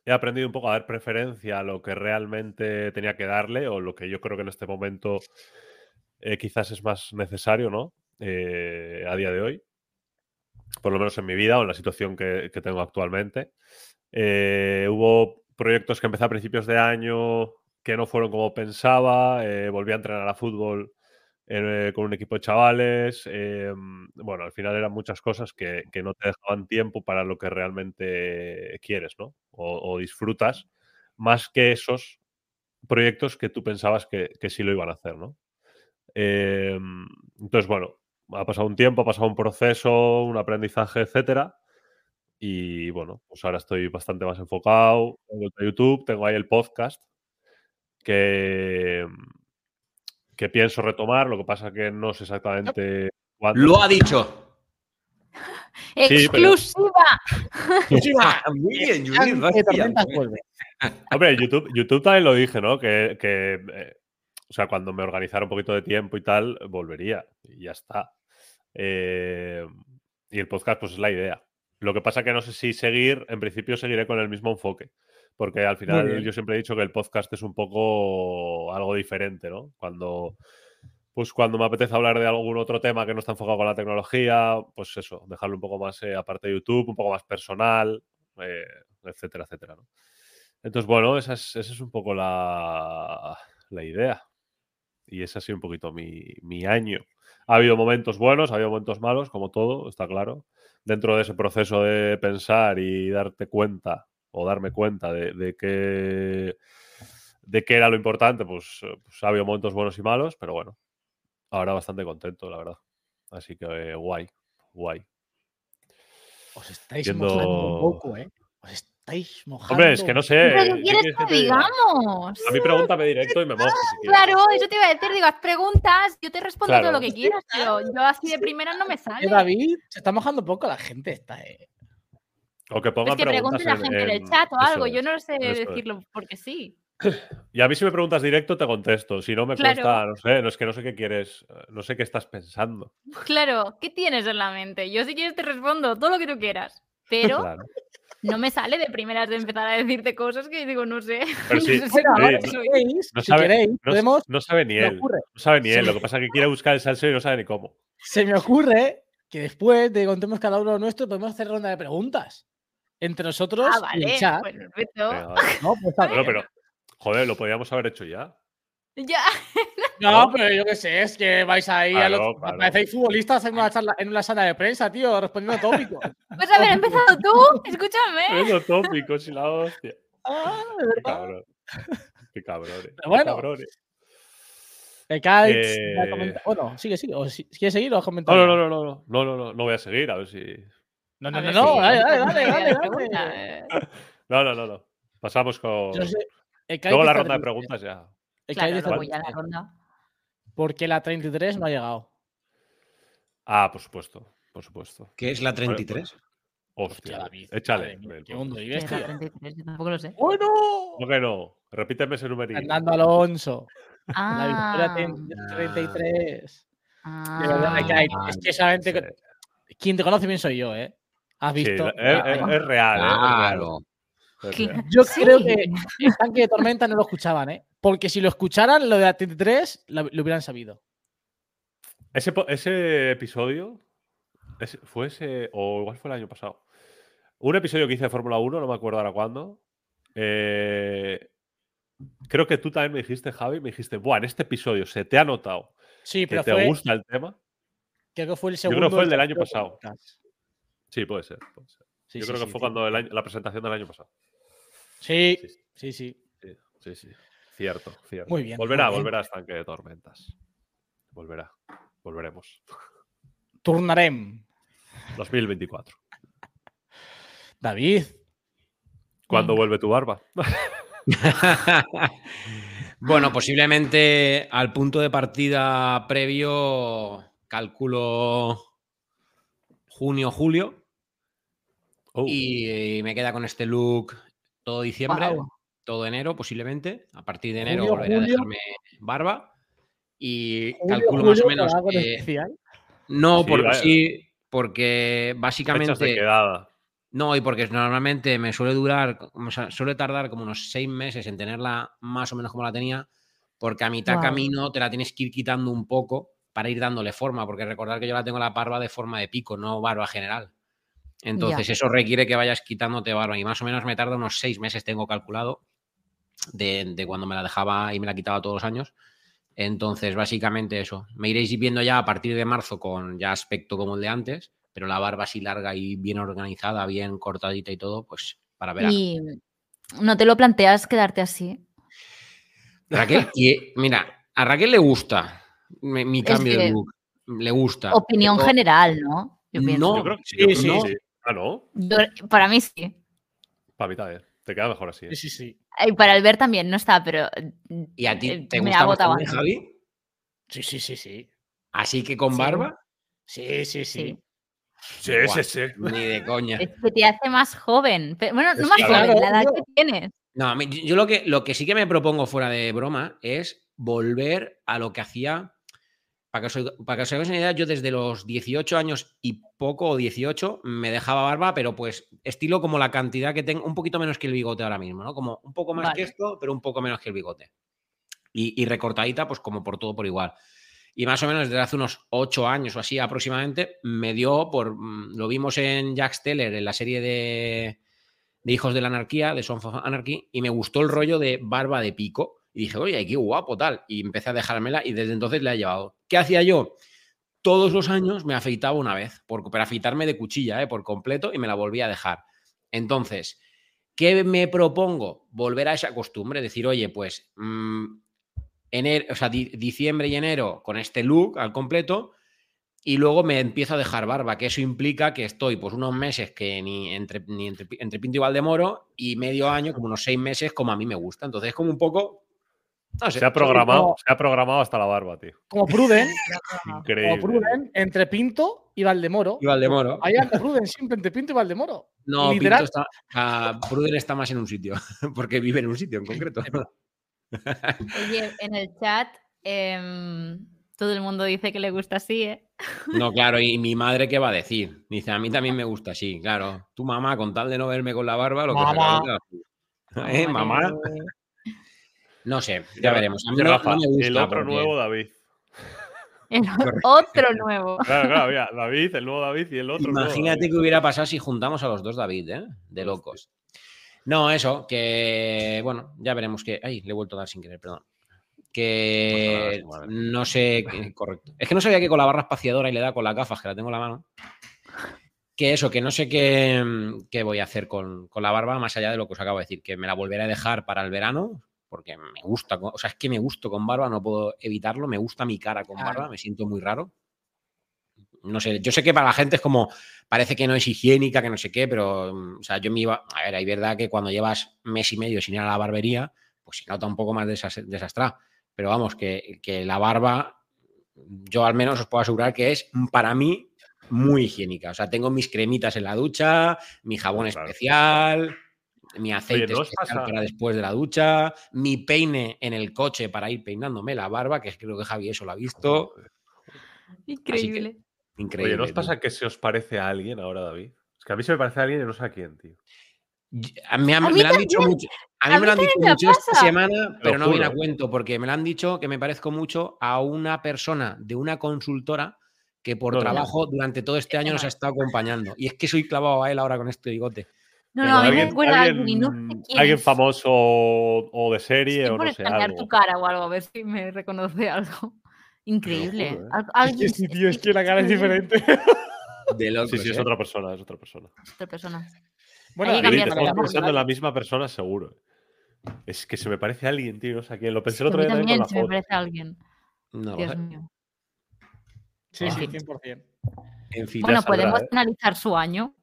he aprendido un poco a dar preferencia a lo que realmente tenía que darle o lo que yo creo que en este momento eh, quizás es más necesario, ¿no? Eh, a día de hoy, por lo menos en mi vida o en la situación que, que tengo actualmente. Eh, hubo proyectos que empecé a principios de año que no fueron como pensaba, eh, volví a entrenar a fútbol eh, con un equipo de chavales, eh, bueno, al final eran muchas cosas que, que no te dejaban tiempo para lo que realmente quieres, ¿no? O, o disfrutas, más que esos proyectos que tú pensabas que, que sí lo iban a hacer, ¿no? Eh, entonces, bueno, ha pasado un tiempo, ha pasado un proceso, un aprendizaje, etcétera. Y bueno, pues ahora estoy bastante más enfocado. He vuelto a YouTube, tengo ahí el podcast que, que pienso retomar. Lo que pasa que no sé exactamente cuándo.
[LAUGHS] Lo ha [LAUGHS] dicho.
Sí, pero-
Exclusiva.
Exclusiva.
Muy bien, ¿eh?
Antes de Tormentas vuelve.
Hombre, YouTube, YouTube también lo dije, ¿no? Que, que, eh, o sea, cuando me organizara un poquito de tiempo y tal, volvería. Y ya está. Eh, y el podcast, pues es la idea. Lo que pasa que no sé si seguir, en principio seguiré con el mismo enfoque. Porque
Muy
al final
bien.
yo siempre he dicho que el podcast es un poco algo diferente, ¿no? Cuando, pues cuando me apetece hablar de algún otro tema que no está enfocado con la tecnología, pues eso, dejarlo un poco más eh, aparte de YouTube, un poco más personal, eh, etcétera, etcétera, ¿no? Entonces, bueno, esa es, esa es un poco la, la idea. Y ese ha sido un poquito mi, mi año. Ha habido momentos buenos, ha habido momentos malos, como todo, está claro. Dentro de ese proceso de pensar y darte cuenta o darme cuenta de, de qué de qué era lo importante, pues, eh, pues ha habido momentos buenos y malos, pero bueno, ahora bastante contento, la verdad. Así que eh, guay, guay.
Os estáis
Yendo-
mojando un poco, ¿eh? Os estáis mojando.
Hombre, es que no sé.
Pero
Eh, ¿qué
quieres
que
que
te diga?
digamos.
A mí pregúntame directo y me mojo. si quieres.
Claro, eso te iba a decir, digo, haz preguntas, yo te respondo
Claro.
todo lo que quieras, pero yo así de primera no me
Eh,
sale.
David, se está mojando poco la gente esta, ¿eh?
O que pongan
Pues que pregunte
preguntas
la gente en el chat o
eso
algo, yo
es.
no sé
eso es.
decirlo porque sí. [LAUGHS]
Y a mí si me preguntas directo te contesto. Si no me
Claro.
cuesta, no sé, no es que no sé qué quieres, eh, no sé qué estás pensando.
Claro, ¿qué tienes en la mente? Yo si quieres te respondo todo lo que tú quieras, pero
Claro.
no me sale de primeras de empezar a decirte cosas que digo, no sé. [LAUGHS]
Pero
no
sí,
sé
Bueno,
cuál
ahora,
sí,
si
soy.
queréis,
no
si
sabe-
queréis,
No,
podemos.
no sabe ni
se me
él.
ocurre.
No sabe ni
Sí.
él. Lo que pasa es que quiere buscar el salseo y no sabe ni cómo.
Se me ocurre que después de que contemos cada uno lo nuestro, podemos hacer ronda de preguntas. Entre nosotros
Ah,
y el
vale,
chat.
pues perfecto.
[LAUGHS]
Venga, vale.
No,
[LAUGHS]
pues está
Bueno,
bien.
pero, joder, lo podíamos haber hecho ya.
Ya,
No, pero yo qué sé, es que vais ahí a
Claro,
los.
claro.
Parecéis futbolistas en una, charla- en una sala de prensa, tío, respondiendo tópicos.
[LAUGHS] pues haber empezado tú, escúchame.
Es lo tópico, si la hostia.
ah, de
Qué
verdad.
cabrón. Qué cabrones.
Pero bueno.
qué cabrones.
El Kites ya
Eh,
comenta- Bueno, sigue, sigue. O si- ¿Quieres seguir o has
No,
comentado?
no, no, no, no, no, no, no, no, no voy a seguir, a ver si.
No, no,
A
no,
ver
no,
si-
dale, dale, dale,
la
dale,
pregunta,
dale.
eh.
No, no, no, no. Pasamos con.
Yo sé, el Kites
Luego la
está
ronda de
triste,
preguntas ya.
el
Claro,
Kites está
luego ya la
triste,
ronda.
Porque la 33 no ha llegado.
Ah, por supuesto, por supuesto.
¿Qué es la
Bueno,
33?
Hostia,
David, madre
échale.
mía,
Abel,
qué
por
mundo
Que
favor.
vives,
es la
tío.
33, yo tampoco lo sé.
¡Bueno!
¿Cómo que no? Repíteme ese numerito.
Fernando Alonso. La victoria
Ah,
ten- 33. De verdad,
ah,
el
[LAUGHS]
Kites, es que solamente.
Sí.
Quien te conoce bien soy yo, ¿eh? Has
Sí,
visto.
es, es- es real, ¿eh?
Claro.
Es real, es
que-
real.
Yo
Sí.
creo que el tanque de tormenta no lo escuchaban, ¿eh? Porque si lo escucharan, lo de la 33 lo, lo hubieran sabido.
Ese, po- ese episodio ese- fue ese, o igual fue el año pasado. Un episodio que hice de Fórmula 1, no me acuerdo ahora cuándo. eh, creo que tú también me dijiste, Javi, me dijiste, Buah, en este episodio se te ha notado
Sí,
que
pero
te
fue,
gusta el tema.
creo que fue el
creo que
segundo.
fue el del año
tercero
pasado.
podcast.
Sí, puede ser. puede ser.
Sí,
Yo
sí,
creo que
sí,
fue
tío.
cuando el año- la presentación del año pasado.
Sí,
Sí, sí.
sí, sí.
Sí, sí, sí. Cierto, cierto.
Muy bien,
Volverá,
muy bien.
volverá estanque de tormentas. Volverá.
[LAUGHS]
Volveremos.
Turnarem.
2024.
David.
¿Cuándo
Venga.
vuelve tu barba? [LAUGHS]
[LAUGHS] bueno, posiblemente al punto de partida previo, calculo junio, julio.
Uh.
Oh,
Y me queda con este look todo diciembre,
Guau.
todo enero posiblemente. A partir de enero
Julio,
volveré a
julio.
dejarme barba. Y
Julio,
calculo más
julio,
o menos
algo en
que-
especial.
No,
Sí,
porque
vaya.
sí, porque
fechas de
básicamente...
quedada.
No, y porque normalmente me suele durar, o sea, suele tardar como unos seis meses en tenerla más o menos como la tenía, porque a mitad
Guau.
camino te la tienes que ir quitando un poco para ir dándole forma, porque recordar que yo la tengo la barba de forma de pico, no barba general. Entonces eso requiere que vayas quitándote barba y más o menos me tarda unos seis meses, tengo calculado, de, de cuando me la dejaba y me la quitaba todos los años. Entonces, básicamente eso. Me iréis viendo ya a partir de marzo con ya aspecto como el de antes, pero la barba así larga y bien organizada, bien cortadita y todo, pues para verano.
Y no te lo planteas quedarte así.
Raquel, y, mira, a Raquel le gusta mi, mi
Es
cambio de
que-
look. Le gusta.
Opinión
pero-
general, ¿no? Yo pienso.
Yo
No.
creo que
Sí,
yo creo
sí,
que
sí.
Ah, no.
Do- Para mí sí.
Para mí también. Te queda mejor así. ¿eh?
Sí, sí, sí.
Y para Albert también no está, pero. mm,
¿Y a ti
eh,
te
me
gusta más
agotaba.
también, Javi?
Sí, sí, sí, sí.
Así que con
Sí.
barba,
Sí, sí, sí.
Sí.
Sí,
Buah.
sí, sí.
ni de coña.
Es que te hace más joven. Pe- Bueno, no
Es
más
que
joven,
claro,
la edad
tío.
que tienes.
No, a mí- yo yo lo que, lo que sí que me propongo fuera de broma es volver a lo que hacía. Para que, os, oiga- para que os hagáis una idea, yo desde los 18 años y poco, o 18, me dejaba barba, pero pues estilo como la cantidad que tengo, un poquito menos que el bigote ahora mismo, ¿no? Como un poco más que
Vale.
esto, pero un poco menos que el bigote. Y, y recortadita, pues como por todo por igual. Y más o menos desde hace unos 8 años o así aproximadamente, me dio por. mm, Lo vimos en Jack Teller, en la serie de, de Hijos de la Anarquía, de Son of Anarchy, y me gustó el rollo de barba de pico. Y dije, oye, qué guapo, tal. Y empecé a dejármela y desde entonces la he llevado. ¿Qué hacía yo? Todos los años me afeitaba una vez, por, para afeitarme de cuchilla, ¿eh? por completo, y me la volvía a dejar. Entonces, ¿qué me propongo? Volver a esa costumbre, decir, oye, pues mm, enero, o sea, di- diciembre y enero con este look al completo y luego me empiezo a dejar barba, que eso implica que estoy pues unos meses que ni entre, ni entre, pi- entre Pinto y Valdemoro y medio año, como unos seis meses, como a mí me gusta. Entonces es como un poco... No sé,
Se ha programado, se ha programado hasta la barba, tío.
Como Pruden, Ah, como
Increíble.
Pruden, entre Pinto y Valdemoro.
Y Valdemoro.
Ahí anda Pruden siempre entre Pinto y Valdemoro.
No, Pinto
literal.
[LAUGHS] está, ah, Pruden está más en un sitio, porque vive en un sitio en concreto.
Oye, en el chat em, todo el mundo dice que le gusta así, ¿eh? [LAUGHS]
No, claro, y mi madre, ¿qué va a decir? Dice, a mí también me gusta así, claro. Tu mamá, con tal de no verme con la barba, lo que se
Mamá.
calcula. ¿Eh,
Ah,
mamá? No sé, ya
Ra-
veremos. A mí
de
no- no
Rafa,
me gusta
el otro
porque-
nuevo David.
El otro nuevo. [LAUGHS]
Claro, claro, mira, David, el nuevo David y el otro. nuevo
Imagínate
David.
que hubiera pasado si juntamos a los dos David, ¿eh? De locos. No, eso, que bueno, ya veremos que. Ay, le he vuelto a dar sin querer, perdón.
No pasa nada,
Que
es igual.
no sé, que- correcto. Es que no sabía que con la barra espaciadora y le da con las gafas, que la tengo en la mano. Que eso, que no sé qué, qué voy a hacer con, con la barba, más allá de lo que os acabo de decir, que me la volveré a dejar para el verano, porque me gusta, co- o sea, es que me gusto con barba, no puedo evitarlo, me gusta mi cara con
Claro.
barba, me siento muy raro. No sé, yo sé que para la gente es como, parece que no es higiénica, que no sé qué, pero, mm, o sea, yo me iba, a ver, hay verdad que cuando llevas mes y medio sin ir a la barbería, pues se nota un poco más desas- desastrada. Pero vamos, que, que la barba, yo al menos os puedo asegurar que es para mí muy higiénica. O sea, tengo mis cremitas en la ducha, mi jabón
Claro.
especial, mi aceite
¿no os
especial
pasa?
para después de la ducha, mi peine en el coche para ir peinándome la barba, que creo que Javi eso lo ha visto.
Increíble.
Increíble.
Oye, ¿no os
tío.
pasa que se os parece a alguien ahora, David? Es que a mí se me parece a alguien y no sé a quién, tío.
Y- a- Me, han-
A mí
me lo han dicho
también.
mucho. A
A
mí me
mí
lo han dicho
también me
mucho esta
pasa.
semana, pero no viene a
juro.
cuento, porque me lo han dicho que me parezco mucho a una persona de una consultora que por
No, no, no.
trabajo durante todo este año nos ha estado acompañando. Y es que soy clavado a él ahora con este bigote.
No,
Pero
no, a mí me
alguien-
recuerda a alguien y no sé quién
alguien
es.
famoso o, o de serie
Estoy
o
por
no sé
escanear
algo.
tu cara o algo, a ver si me reconoce [LAUGHS] algo. Increíble.
juro, ¿eh?
Al-
Ah, Es que
[LAUGHS]
alguien-
sí, tío, es que la cara es diferente.
De locos,
Sí, sí, es
¿eh?
otra persona, es otra persona.
Esta persona.
Bueno,
Hay
David,
que
David,
estamos
cambiar
estamos
la cara.
pensando en la misma persona, seguro. ¿eh? Es que se me parece a alguien, tío, no sé a quién. Lo pensé el
a
otro
mí
día también
también
con
se
la
me
foto. eh,
parece a alguien.
No lo
Dios
sé.
mío.
Sí, sí,
Ah.
100%.
En fin,
Bueno,
ya sabrá,
podemos
¿eh?
analizar su año.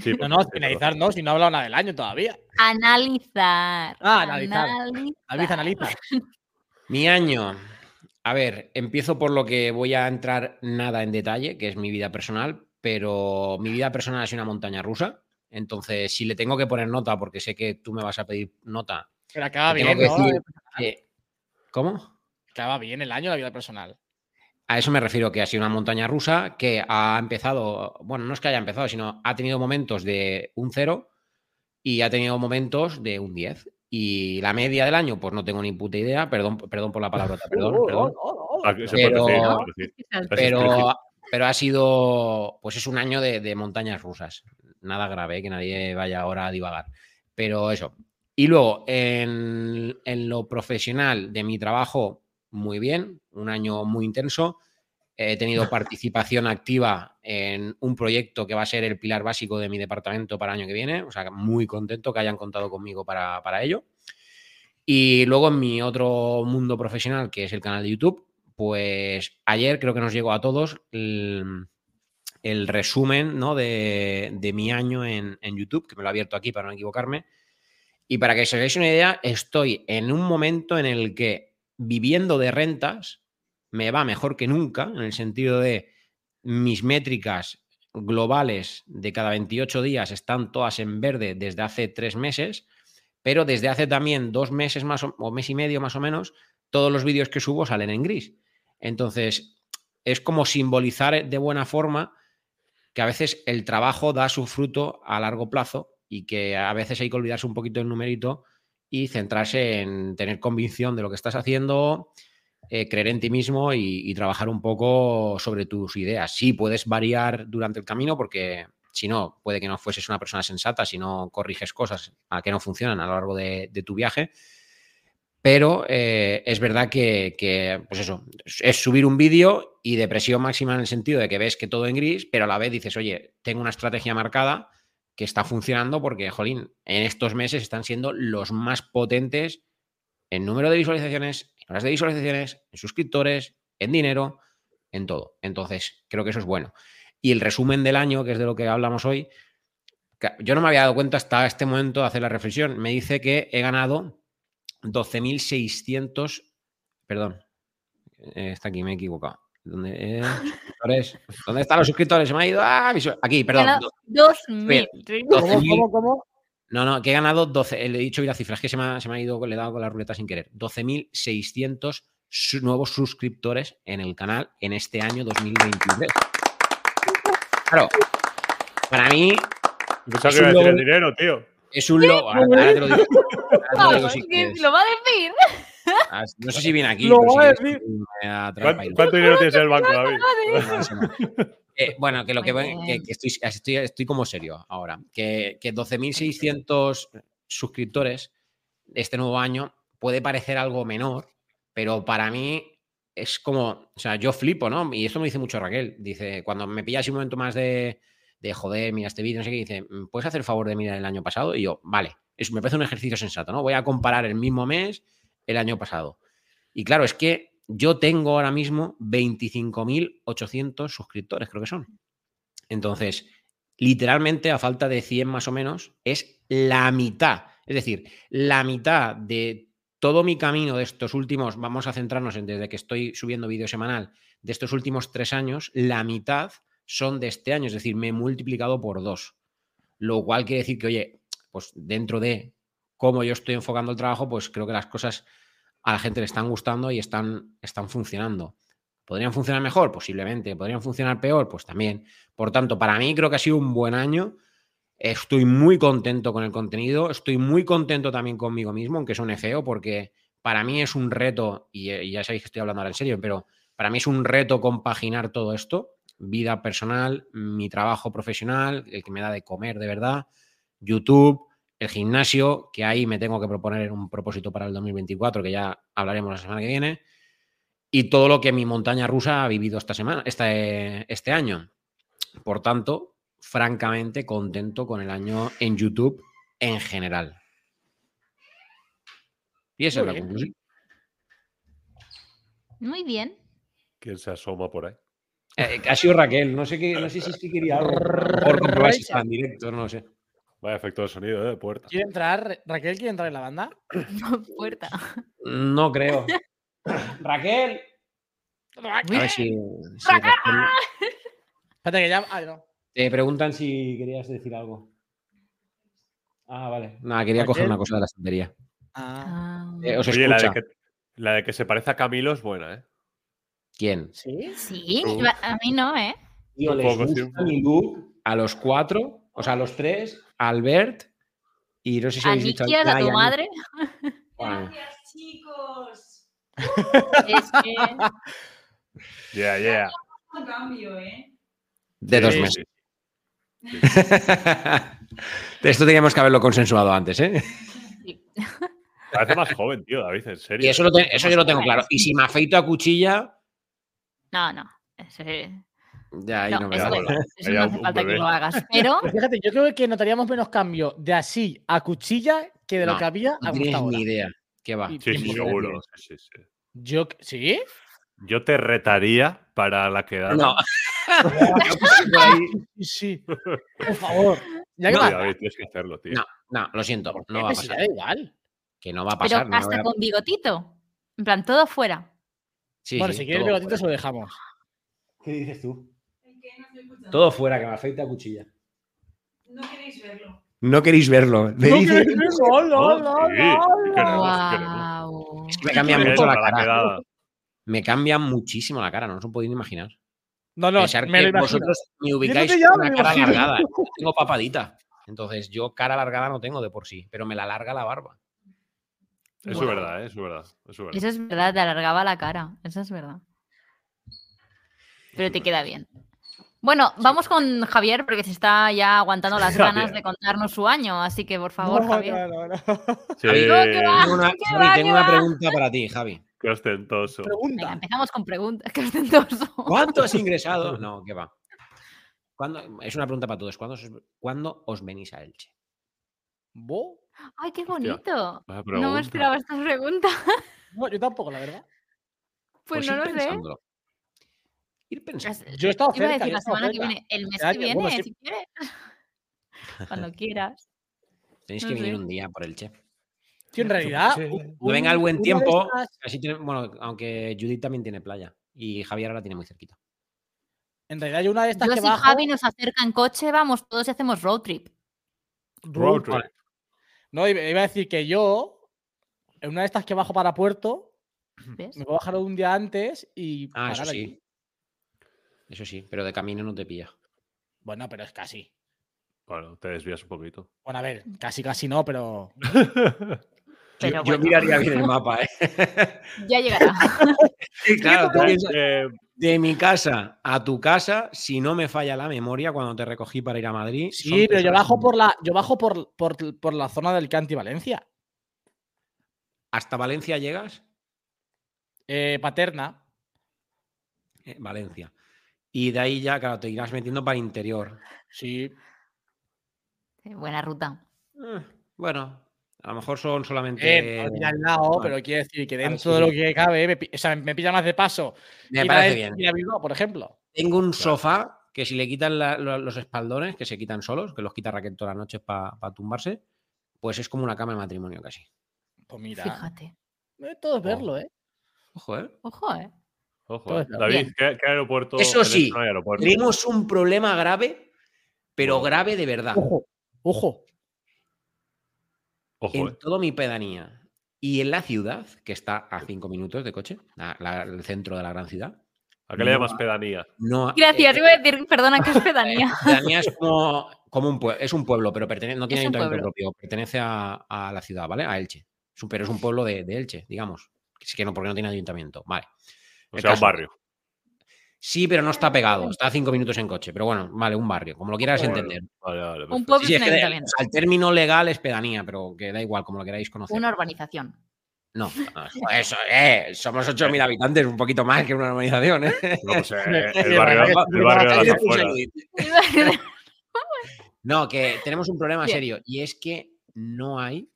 Sí,
No,
por
no,
supuesto,
finalizar no, si no ha hablado nada del año todavía.
Analizar.
Ah, analizar.
Analiz-
David analiza.
mi año. A ver, empiezo por lo que voy a entrar nada en detalle, que es mi vida personal, pero mi vida personal es una montaña rusa. Entonces, si le tengo que poner nota, porque sé que tú me vas a pedir nota.
Pero acaba
Te tengo
Ah, bien,
que
¿no?
decir- que- ¿Cómo?
Acaba bien el año la vida personal.
A eso me refiero, que ha sido una montaña rusa que ha empezado, bueno, no es que haya empezado, sino ha tenido momentos de un cero y ha tenido momentos de un 10. Y la media del año, pues no tengo ni puta idea, perdón,
[LAUGHS]
perdón por la palabra, perdón,
Oh, oh,
perdón.
oh, oh,
Ah,
oh.
que se puede
Pero-
decir, se puede decir. Eso es
Pero,
explícito.
pero ha sido, pues es un año de, de montañas rusas. Nada grave, ¿eh? que nadie vaya ahora a divagar. Pero eso. Y luego, en, en lo profesional de mi trabajo, muy bien, un año muy intenso. He tenido participación activa en un proyecto que va a ser el pilar básico de mi departamento para el año que viene. O sea, que muy contento que hayan contado conmigo para, para ello. Y luego en mi otro mundo profesional, que es el canal de YouTube, pues ayer creo que nos llegó a todos el, el resumen ¿no? de, de mi año en, en YouTube, que me lo he abierto aquí para no equivocarme. Y para que os hagáis una idea, estoy en un momento en el que viviendo de rentas me va mejor que nunca, en el sentido de mis métricas globales de cada 28 días están todas en verde desde hace tres meses, pero desde hace también dos meses más o, o mes y medio más o menos, todos los vídeos que subo salen en gris. Entonces, es como simbolizar de buena forma que a veces el trabajo da su fruto a largo plazo y que a veces hay que olvidarse un poquito del numerito y centrarse en tener convicción de lo que estás haciendo, eh, creer en ti mismo y, y trabajar un poco sobre tus ideas. Sí, puedes variar durante el camino porque si no, puede que no fueses una persona sensata, si no corriges cosas a que no funcionan a lo largo de- de tu viaje. Pero eh, es verdad que, que, pues eso, es subir un vídeo y depresión máxima en el sentido de que ves que todo en gris, pero a la vez dices, oye, tengo una estrategia marcada que está funcionando porque, jolín, en estos meses están siendo los más potentes en número de visualizaciones, en horas de visualizaciones, en suscriptores, en dinero, en todo. Entonces, creo que eso es bueno. Y el resumen del año, que es de lo que hablamos hoy, Ca- Yo no me había dado cuenta hasta este momento de hacer la reflexión. Me dice que he ganado 12.600. Perdón. Eh, está aquí, me he equivocado. ¿Dónde, eh, suscriptores? ¿Dónde están los suscriptores? Se me ha ido. Ah, visu- aquí, perdón.
Ganado 2000.
¿Cómo, cómo, cómo?
No, no, que he ganado 12. Le he dicho hoy la cifra, es que se me ha, se me ha ido, le he dado con la ruleta sin querer. 12.600 su- nuevos suscriptores en el canal en este año 2023. Claro, para mí
Pensaba
Es
que iba a decir el
un logro.
dinero, tío.
es un logro. Ahora, ahora te lo digo. ahora
[LAUGHS]
[LAUGHS]
te lo digo
Vamos,
si
que
quieres.
lo va a decir.
Ah, No sé si viene aquí.
Lo
pero si
voy a
quieres, me atrapa
¿Cuánto,
y lo-
cuánto dinero tienes en el banco, David?
[LAUGHS]
Eh, bueno, que lo que,
Muy
voy- que,
bien.
que estoy, estoy, estoy como serio ahora. Que, que 12.600 suscriptores este nuevo año puede parecer algo menor, pero para mí es como, o sea, yo flipo, ¿no? Y esto me dice mucho Raquel. Dice, cuando me pilla así un momento más de, de joder, mira este vídeo, no sé qué, dice, "Mm, ¿puedes hacer favor de mirar el año pasado? Y yo, vale, eso me parece un ejercicio sensato, ¿no? Voy a comparar el mismo mes el año pasado. Y claro, es que yo tengo ahora mismo 25.800 suscriptores, creo que son. Entonces, literalmente a falta de 100 más o menos, es la mitad. Es decir, la mitad de todo mi camino de estos últimos, vamos a centrarnos en desde que estoy subiendo vídeo semanal, de estos últimos tres años, la mitad son de este año. Es decir, me he multiplicado por dos. Lo cual quiere decir que, oye, pues dentro de cómo yo estoy enfocando el trabajo, pues creo que las cosas a la gente le están gustando y están, están funcionando. ¿Podrían funcionar mejor? Posiblemente. ¿Podrían funcionar peor? Pues también. Por tanto, para mí creo que ha sido un buen año. Estoy muy contento con el contenido. Estoy muy contento también conmigo mismo, aunque suene feo, porque para mí es un reto, y, eh, y ya sabéis que estoy hablando ahora en serio, pero para mí es un reto compaginar todo esto. Vida personal, mi trabajo profesional, el que me da de comer de verdad, YouTube, el gimnasio, que ahí me tengo que proponer un propósito para el 2024, que ya hablaremos la semana que viene, y todo lo que mi montaña rusa ha vivido esta semana, este, este año. Por tanto, francamente, contento con el año en YouTube en general. Y esa
Muy
es la
bien.
conclusión.
Muy
[LAUGHS]
bien.
¿Quién se asoma por ahí?
Eh, ha sido Raquel, no sé, qué, no sé si es que quería algo.
[LAUGHS]
Por comprobar si estaba en directo, no lo sé.
Vaya efecto de sonido, ¿eh? De puerta.
¿Quiere entrar? ¿Raquel quiere entrar en la banda?
Puerta.
No
[LAUGHS]
creo. Raquel. A ver si. si
Raquel.
responde.
Espérate que ya. Ah, no.
Te preguntan si querías decir algo. Ah, vale. Nada, quería
Raquel.
coger una cosa de la estantería.
Ah,
Ah,
Eh, os
Oye, la
escucha.
de, que, la de que se parece a Camilo es buena, ¿eh?
¿Quién?
¿Sí?
sí,
uh.
Uf.
va- a mí no, ¿eh?
Tío, les
poco,
gusta
sí.
mi look a los cuatro, o sea, a los tres, a Albert y no sé si
A
habéis dicho
Nikias, a
Ay,
tu
Ani-
madre.
Bueno,
chicos.
Es
[LAUGHS]
que
Yeah, yeah.
Un cambio, ¿eh?
de dos
Sí,
meses.
sí.
[LAUGHS] Esto teníamos que haberlo consensuado antes, ¿eh?
Parece más joven, tío, David, en serio.
Y eso, lo te- eso yo lo tengo claro. Y si me afeito a cuchilla,
No, no. ese-
ya ahí no,
no,
me
eso,
da.
vale.
eso
Ahí
no
a
hace
un
falta que
bebé.
lo hagas.
[LAUGHS]
Pero
Pero fíjate, yo creo que notaríamos menos cambio de así a cuchilla que de lo
No,
que había a
No tienes
Gustavo.
ni idea. ¿Qué va?
Y-
Sí, sí, seguro. Sí, sí, sí.
Yo, ¿Sí?
Yo te retaría para la quedada.
No.
[LAUGHS] Sí, sí. Por favor. Ya que
Tío,
va-
David, tienes que hacerlo, tío.
No. No, lo siento,
¿Por qué?
no va a
Pues si
pasar.
da igual.
Que no va a
Pero
pasar. no
hasta
voy a-
con bigotito. En plan, todo fuera.
Sí,
bueno,
sí,
si quieres
todo
bigotito se
fuera.
lo dejamos.
¿Qué dices tú?
El que no estoy escuchando.
Todo fuera, que me afeita a cuchilla.
No queréis verlo.
No queréis verlo. Me dice-
no, no,
no, sí, sí que no. Queremos, queremos.
Guau.
Es que me
Yo
cambia
quería
mucho la
para
cara.
quedada.
Me cambia muchísimo la cara, no os lo podéis ni imaginar.
No, no,
Pensar
me
que
lo imagino.
vosotros me ubicáis
te ya
con
me
una
lo
cara
imagino.
alargada. Yo Tengo papadita. Entonces, yo cara alargada no tengo de por sí, pero me la alarga la barba.
Eso es
Guau.
verdad, ¿eh? eso es verdad. Eso es verdad.
Eso es verdad, te alargaba la cara. Eso es verdad. Pero te queda bien. Bueno, vamos con Javier porque se está ya aguantando las
[LAUGHS] Javier.
ganas de contarnos su año. Así que, por favor,
No,
Javier.
no, no, no.
Sí,
Amigo, ¿qué va?
Tengo
[LAUGHS]
una,
qué
Javi,
va,
tengo
qué
una
va.
pregunta para
[LAUGHS]
ti, Javi.
Qué ostentoso.
Venga,
Pregunta.
empezamos con preguntas. Qué ostentoso.
¿Cuánto has ingresado? No, ¿qué va? ¿Cuándo- Es una pregunta para todos. ¿Cuándo os, ¿cuándo os venís a Elche?
¿Vos?
Ay, qué
Hostia,
bonito.
Vaya
No me
pregunta.
esperaba esta pregunta. [LAUGHS]
No, yo tampoco, la verdad.
Pues,
ir
no lo sé.
pensándolo. Ir pensando.
Las-
Yo he estado
Iba a
cerca, yo
decir
he
la
estado
semana que
cerca.
viene, el mes
Este
que
año, bueno,
viene,
sí.
si quieres. Cuando quieras.
Tenéis
no
que venir
sé.
un día por Elche.
Tío, en realidad.
Sí.
un-
No venga el buen
una de
tiempo.
estas-
Así tiene- bueno, aunque Judith también tiene playa. Y Javier ahora la tiene muy cerquita.
En realidad, yo una de estas
Yo
que
si
bajo.
Javi nos acerca en coche, vamos todos y hacemos road trip.
Road trip.
No, iba iba a decir que yo, en una de estas que bajo para Puerto,
¿Ves?
me puedo bajar un día antes y.
Ah, eso
parar allí.
sí. Eso sí, pero de camino no te pilla.
Bueno, pero es casi.
Bueno, te desvías un poquito. [LAUGHS]
Bueno, a ver, casi casi no, pero.
Pero
yo, yo
bueno,
miraría bien
[LAUGHS]
el mapa, ¿eh?
ya llegará. [LAUGHS]
claro, tú
Claro,
piensas,
eh,
de mi casa a tu casa, si no me falla la memoria cuando te recogí para ir a Madrid. son
Sí, pero
tres
yo
horas y
bajo
media.
por la, yo bajo por, por, por la zona del Canti Valencia.
¿Hasta Valencia llegas?
Eh, paterna.
Eh, Valencia. Y de ahí ya, claro, te irás metiendo para interior.
Sí.
Eh, Buena ruta.
Eh, bueno, a lo mejor son solamente.
Eh, no pilla al lado,
vale.
pero quiere decir que
Vale,
dentro
sí,
de lo
sí.
que cabe, me, pi- o sea, me pilla más de paso.
me
ir a
parece
Elche
bien.
que ir a Bilbao, por ejemplo.
Tengo un sofá que si le quitan la- lo- los espaldones, que se quitan solos, que los quita Raquel todas las noches para tumbarse, pues es como una cama de matrimonio casi.
Pues mira,
Fíjate.
eh, todo es verlo, ¿eh?
Ojo, ¿eh?
Ojo, eh.
ojo,
Todo
eh.
está
David,
bien.
¿qué, qué aeropuerto?
Eso
en Elche
sí,
no hay aeropuerto.
Tenemos un problema grave, pero
Wow.
grave de verdad.
Ojo, ojo.
Ojo,
en
eh.
toda mi pedanía y en la ciudad, que está a cinco minutos de coche, la- la- el centro de la gran ciudad.
¿A qué le
no
llamas
hay-
pedanía?
No, ha-
Gracias,
eh,
iba a decir, perdona, que es pedanía.
pedanía es como, como un pueblo, es un pueblo, pero pertenece, no tiene
Es un
ayuntamiento
pueblo.
propio, pertenece a, a la ciudad, ¿vale? A Elche. Es un- Pero es un pueblo de, de Elche, digamos. Sí que no, porque no tiene ayuntamiento. Vale.
O
El
sea, un
caso.
barrio.
Sí, pero no está pegado, está a cinco minutos en coche. Pero bueno, vale, un barrio, como lo quieras
Bueno,
entender.
Vale, vale, pues,
Un
perfecto.
pueblo
pues, Sí, sí,
es
es
un
que de-
ayuntamiento.
o [LAUGHS] sea, el término legal es pedanía, pero que da igual, como lo queráis conocer.
Una urbanización.
No, no, eso, eh, somos 8.000 habitantes, un poquito más que una urbanización,
[LAUGHS]
¿eh?
No, pues, eh,
Sí,
el barrio,
vale,
el barrio de las afueras.
[LAUGHS]
No, que tenemos un problema
Bien.
serio y es que no hay.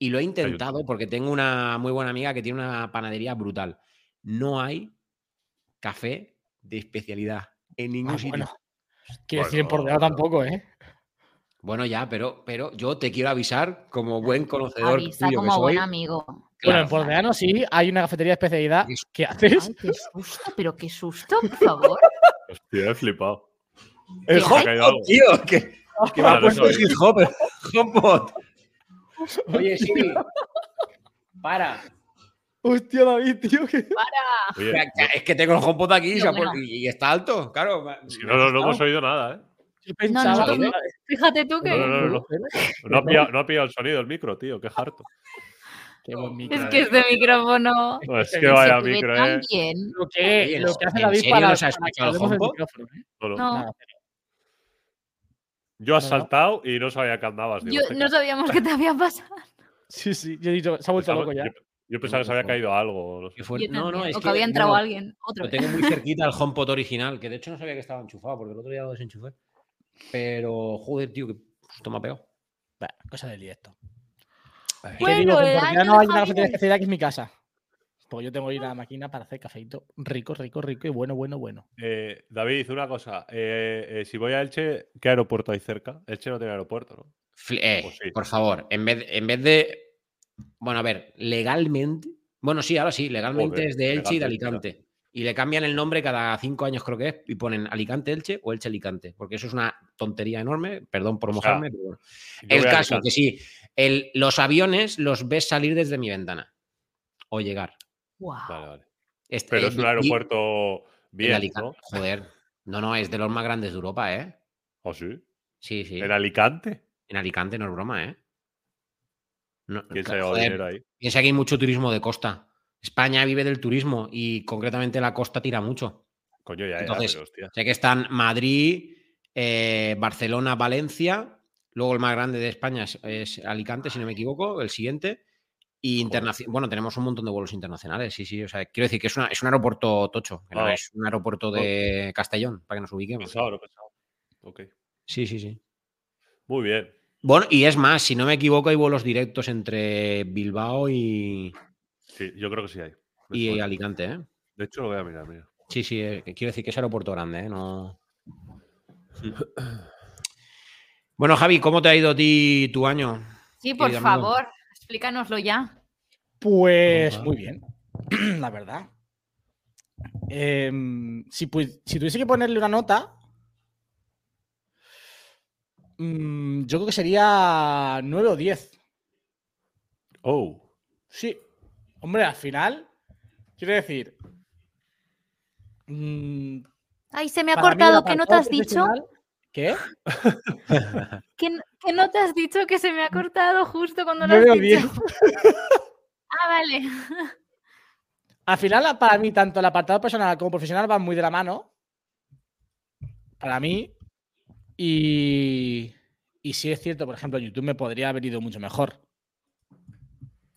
Y lo he intentado porque tengo una muy buena amiga que tiene una panadería brutal. No hay café de especialidad en ningún
Ah,
sitio.
bueno.
Bueno.
Quiero decir, en
Bueno.
Portugal tampoco, ¿eh?
ya, pero, pero yo te quiero avisar como buen conocedor
Avisa
tuyo que
como
soy.
buen amigo.
Bueno,
claro,
en Portugal sí, hay una cafetería de especialidad
Eso.
que haces.
Ay, qué susto, pero qué susto, por favor.
Hostia, he flipado.
El
Fíjate.
hop,
Ha caído algo.
[LAUGHS] Tío, que, pues que me
Claro,
ha puesto
eso
el hip hop. Hopbot. Oye, [LAUGHS] Siri, para.
[LAUGHS] hostia, David, tío. que-
Oye,
Espera, que- Es que tengo el HomePod aquí y
Tío,
se ha puesto-
bueno.
y y está alto, claro. me-
si
me
no,
ha
no, no
asustado.
hemos oído nada, ¿eh?
Yo
No,
pensaba
nosotros
que-
no. Fíjate tú que.
No, no, no, no. No ha pillado, no ha pillado el sonido el micro, tío. Qué harto.
Qué buen micro.
Es que este micrófono.
No, es
que
que
se
vaya
se te ve
micro,
tan
¿eh?
bien.
Lo que,
Oye,
lo que hace
¿en
David
serio
para,
nos ha
para que
escuchado el
hablemos del
HomePod?
micrófono, ¿eh?
No, no.
No,
Nada,
Yo has
no.
saltado y no sabía que andabas. digo,
yo-
"Este
no
cabrón".
sabíamos que te había pasado.
Sí, sí, yo he dicho, se ha vuelto loco ya.
Yo, yo pensaba que se había caído algo. no sé.
Qué fuerte.
Yo
No, no,
también,
es
o que había entrado
no,
alguien. Otro.
Lo tengo muy cerquita al HomePod original, que de hecho no sabía que estaba enchufado, porque el otro día lo desenchufé. Pero, joder, tío, que susto me ha pegado.
Bah, cosa del directo.
Ay.
Que digo
Bueno, eh,
que en
el
Portugal
año
no
de
hay una cafetería
Javier.
especialidad que es mi casa. Porque yo tengo ahí la máquina para hacer cafeíto rico, rico, rico y bueno, bueno, bueno.
Eh, David, una cosa. eh, eh, si voy a Elche, ¿qué aeropuerto hay cerca? Elche no tiene aeropuerto, ¿no?
Fli- eh,
Pues sí.
Por favor, en vez, en vez de. Bueno, a ver, legalmente. Bueno, sí, ahora sí, legalmente
Joder,
es de Elche y de
legalmente,
Alicante. Y le cambian el nombre cada cinco años, creo que es, y ponen Alicante Elche o Elche Alicante, porque eso es una tontería enorme. Perdón por
O sea,
mojarme, pero bueno.
Yo
El
voy a
caso,
Alicante.
que sí, el- los aviones los ves salir desde mi ventana o llegar.
Guau.
Vale, vale.
Este-
Pero es
y-
un
y-
aeropuerto
en
bien,
Alicante,
¿no?
Joder, no, no, es de los más grandes de Europa, ¿eh?
¿O ¿Ah, sí?
Sí, sí.
¿En Alicante?
En Alicante no es broma, ¿eh? No,
¿Quién se ha
ca-
llevado
joder,
dinero ahí?
Piensa que hay mucho turismo de costa. España vive del turismo y concretamente la costa tira mucho.
Coño, ya
Entonces,
era, pero hostia.
Sé que están Madrid, eh, Barcelona, Valencia. Luego el más grande de España es, es Alicante, si no me equivoco, el siguiente. Y internaci- bueno, tenemos un montón de vuelos internacionales, sí, sí. O sea, quiero decir que es, una- es un aeropuerto tocho, que no
Ah.
es un aeropuerto de Castellón, para que nos ubiquemos.
Pensado, no pensado. Ok.
Sí, sí, sí.
Muy bien.
Bueno, y es más, si no me equivoco, hay vuelos directos entre Bilbao y,
Sí, yo creo que sí hay. Me
y
suena.
Alicante, ¿eh?
De hecho, lo voy a mirar, mira.
Sí, sí, eh, que quiero decir que es aeropuerto grande, ¿eh?
[CLEARS THROAT]
No... Bueno, Javi, ¿cómo te ha ido a ti tu año?
Sí, por
Querido amigo.
favor, explícanoslo ya.
Pues
Ojalá.
muy bien, [CLEARS THROAT] la verdad. Em, si, pu- si tuviese que ponerle una nota, Mm, yo creo que sería 9 o 10.
Oh.
Sí. Hombre, al final, quiero decir. mm,
Ay, se me ha
para mí este la
cortado. ¿Qué no te
apartado
has dicho?
profesional- ¿Qué?
¿Qué, n- qué no te has dicho que se me ha cortado justo cuando lo
9 o
has
10.
[LAUGHS]
dicho? Ah, vale.
Al final, para mí, tanto el apartado personal como profesional van muy de la mano. Para mí. Y. Y sí es cierto, por ejemplo, YouTube me podría haber ido mucho mejor.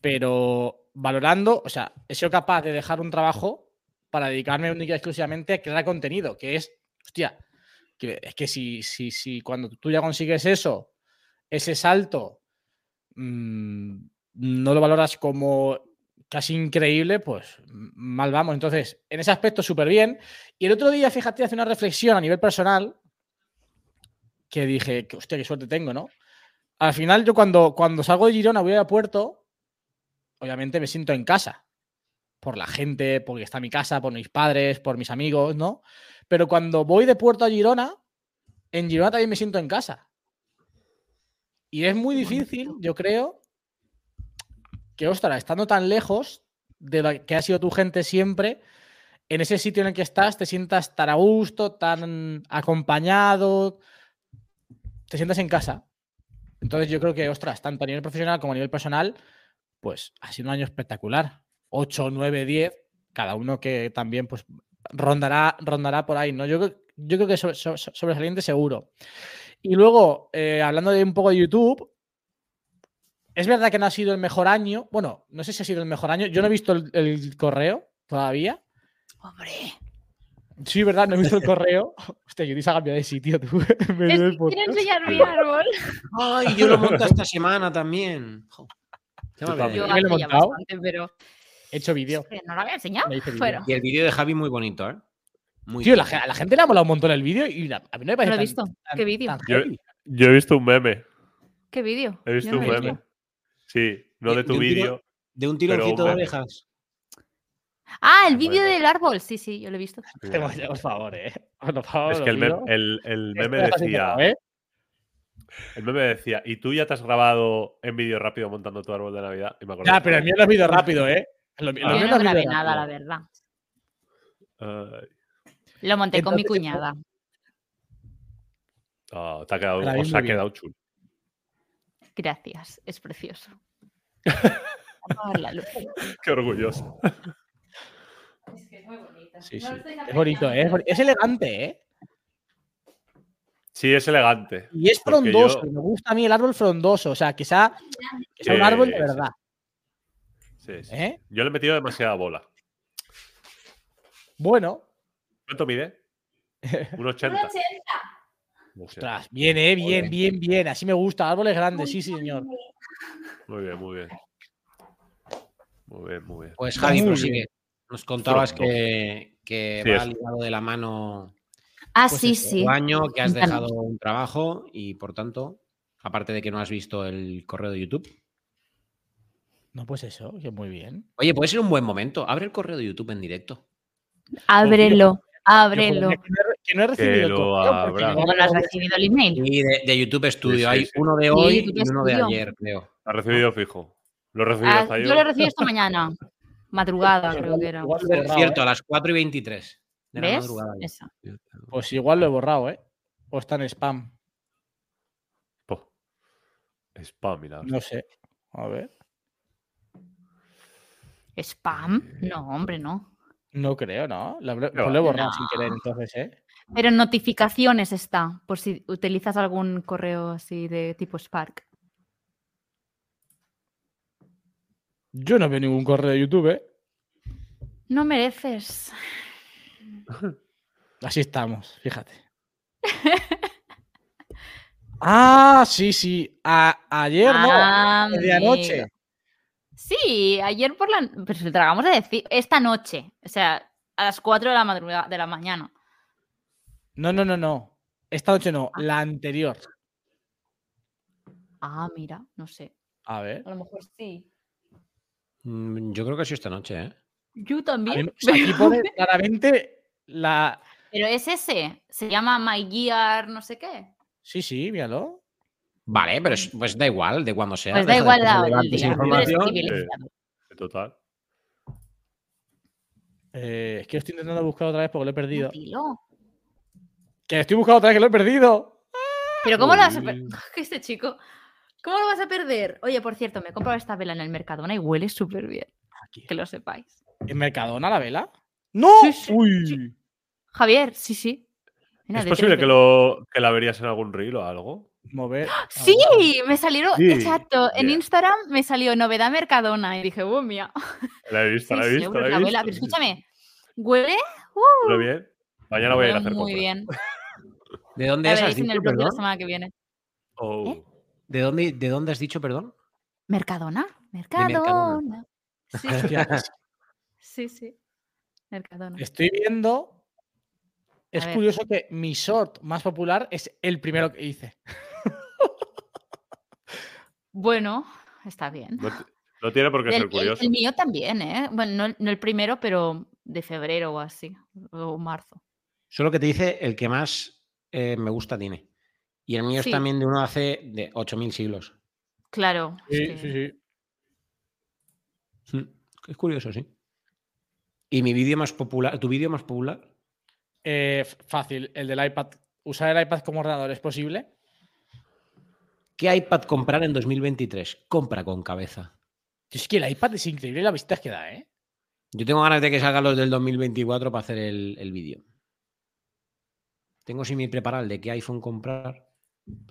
Pero valorando, o sea, he sido capaz de dejar un trabajo para dedicarme única y exclusivamente a crear contenido, que es, hostia, que es que si, si, si cuando tú ya consigues eso, ese salto, mm, no lo valoras como casi increíble, pues m- mal vamos. Entonces, en ese aspecto, súper bien. Y el otro día, fíjate, hace una reflexión a nivel personal que dije, que, hostia, qué suerte tengo, ¿no? Al final, yo cuando, cuando salgo de Girona, voy a Puerto, obviamente me siento en casa. Por la gente, porque está mi casa, por mis padres, por mis amigos, ¿no? Pero cuando voy de Puerto a Girona, en Girona también me siento en casa. Y es muy difícil, yo creo, que, ostras, estando tan lejos de lo que ha sido tu gente siempre, en ese sitio en el que estás te sientas tan a gusto, tan acompañado, te sientas en casa. Entonces yo creo que, ostras, tanto a nivel profesional como a nivel personal, pues ha sido un año espectacular. 8, 9, 10, cada uno que también pues rondará, rondará por ahí, ¿no? Yo, creo- yo creo que sobre- sobre- sobresaliente seguro. Y luego, eh, hablando de un poco de YouTube, es verdad que no ha sido el mejor año. Bueno, no sé si ha sido el mejor año. Yo no he visto el, el correo todavía.
Hombre.
Sí, verdad, no he visto el correo. [LAUGHS] Hostia, Judith se ha cambiado de sitio, tú. [LAUGHS] En medio
Es
del
que quiero
podcast.
enseñar mi árbol.
Ay, yo lo monto esta semana también. Jo, ya me
Yo
olvidé.
Yo
¿Me lo he
hace ya
montado?
bastante, pero
He hecho vídeo.
pero no lo había enseñado.
Me hice vídeo.
Ah, Fuera.
Y el vídeo de Javi muy bonito, ¿eh? Muy
Tío, la,
chulo.
ge- a la gente le ha molado un montón el vídeo y la- a mí no me
No
parece
lo he
tan-
visto.
tan-
¿Qué vídeo?
tan
Yo-
heavy.
Yo he visto un meme.
¿Qué vídeo?
He visto
Yo no
un
lo he
meme. Sí, no
De-
de
de
tu
un tiro-
[LAUGHS]
vídeo.
De un
pero
tironcito de
bueno.
orejas.
Ah, el
Bueno.
vídeo del árbol. Sí, sí, yo lo he visto.
Hostia, Por favor, eh. Por favor,
Es
lo
que el meme,
digo.
el- el
Esto
meme
ya está ¿eh? siendo
decía.
grave.
El meme decía, y tú ya te has grabado en vídeo rápido montando tu árbol de Navidad. Y me acordé.
Ya, pero el mío lo he visto rápido, eh. Lo, lo
Ah.
mío
Yo
lo
no
he visto
grabé
rápido.
nada, la verdad.
Ay,
Lo monté con mi
Entonces, eh,
cuñada.
ah, te ha quedado,
La vi
os
muy
ha
bien. [LAUGHS]
quedado chulo.
Gracias, es precioso. Apagar la luz.
Qué orgulloso.
Es que es muy bonita.
Sí,
No
sí.
lo Pues estáis
Es bonito, eh. Es boni- Es elegante, eh.
Sí, es elegante.
Y es
Porque
frondoso.
yo-
Me gusta a mí el árbol frondoso. O sea, que sea, que sea un
Eh,
árbol de
sí.
verdad.
Sí, sí.
¿eh?
Yo le he metido demasiada bola.
Bueno,
¿Cuánto
[LAUGHS]
mide? Un
aprovechando.
80. No sé.
ostras, bien, eh, bien, bien, bien. Así me gusta. Árboles grandes, sí, sí, señor.
Muy bien, muy bien. Muy bien, muy bien.
Pues
Está
Javi,
muy
prosigue.
bien.
Nos contabas
Pronto.
que, que
Sí,
va
eso.
ligado de la mano
Ah,
Pues
sí,
eso,
sí.
tu año, que has
Cuéntanos.
dejado un trabajo y por tanto, aparte de que no has visto el correo de YouTube.
No, pues eso, que muy bien.
Oye, puede ser un buen momento. Abre el correo de YouTube en directo.
Ábrelo,
Que
ábrelo.
joder, que no he- Que no he recibido.
lo
el correo porque
abra.
no-
¿Cómo no has recibido el email?
Y de, de YouTube Studio.
Sí, sí,
Hay
sí.
uno de
Sí,
hoy
YouTube
y uno de
Studio.
ayer, creo.
Lo ha
Ah.
recibido fijo. Lo he recibido
Ah,
hasta
yo lo
yo.
recibí esta mañana. Madrugada, creo que era.
Igual lo he
Por
borrado,
cierto,
¿eh?
a las 4 y 23 de la
¿Ves?
madrugada.
Eso.
Pues igual lo he borrado, ¿eh? O está en spam.
Po. Spam, mira.
No sé. A ver.
¿Spam? No, hombre, no.
No creo, ¿no? Lo, habré-
Qué
pues lo he
va.
borrado
No.
sin querer, entonces, ¿eh?
Pero en notificaciones está, por si utilizas algún correo así de tipo Spark.
Yo no veo ningún correo de YouTube, ¿eh?
No mereces.
Así estamos,
[LAUGHS]
fíjate. ah, sí, sí. A- ayer
Ah,
no. Medianoche.
amigo. Sí, ayer por la... Pero si te lo acabamos de decir, esta noche, o sea, a las 4 de la madrugada de la mañana.
No, no, no, no. Esta noche no, la anterior.
Ah, mira, no sé.
A ver.
A lo mejor sí.
Mm, Yo creo que sí esta noche, ¿eh?
Yo
A mí- [LAUGHS]
también.
o sea, aquí pone claramente la.
Pero es ese, se llama My Gear, no sé qué.
Sí, sí, míralo.
Vale, pero es- pues da igual de cuando sea.
Pues da
deja de
igual
ser
la hora del
relevante esa
día. tú eres
información.
privilegiado.
Total.
Eh, es que lo estoy intentando buscar otra vez porque lo he perdido.
Dilo.
Que estoy buscando otra vez que lo he perdido.
Pero ¿cómo lo vas a
Uy.
perder? [LAUGHS] Este chico. ¿Cómo lo vas a perder? Oye, por cierto, me he comprado esta vela en el Mercadona y huele súper bien. Que lo sepáis.
¿En Mercadona la vela? ¡No!
Sí, sí,
¡Uy!
Javier, sí, sí. Mira,
¿Es
de
posible
tres
que,
velas.
lo, que la verías en algún reel o algo?
Mover. Ah, a
Sí,
ver.
me salieron,
Ah, Sí,
exacto, en
bien.
Instagram me salió novedad Mercadona y dije, ¡oh, mía!
La he
[LAUGHS]
visto, la he
6
visto.
euros
La he
la
visto.
vela, pero
Sí, sí.
escúchame, huele
Muy bien. Mañana voy a ir a
huele
hacer
muy
compras.
bien.
¿De dónde
La
es? has
veréis en
dicho,
el blog de la
perdón?
semana que viene.
Oh.
¿Eh?
¿De dónde, ¿De dónde has dicho, perdón?
¿Mercadona? Mercadona.
Mercadona.
Sí,
Hostia,
sí, sí. Mercadona.
[LAUGHS] Estoy viendo. Es
ver.
curioso que mi short más popular es el primero que hice.
Bueno, está bien.
No, ti- no tiene por qué
El,
ser
el-
curioso.
el mío también, ¿eh? Bueno, no, el- no el primero, pero de febrero o así, o marzo.
Solo que te dice el que más eh, me gusta tiene. Y el mío
Sí.
es también de uno hace de 8.000 siglos.
Claro. es que-
sí.
Hmm,
Mm, Es curioso, sí. ¿Y mi vídeo más popular? ¿Tu vídeo más popular?
Eh, f- fácil, el del iPad. Usar el iPad como ordenador es posible.
¿Qué iPad comprar en 2023? Compra con cabeza.
Tío, es que el iPad es increíble la visitas que da, ¿eh?
Yo tengo ganas de que salgan los del 2024 para hacer el, el vídeo. Tengo semi preparado el de qué iPhone comprar,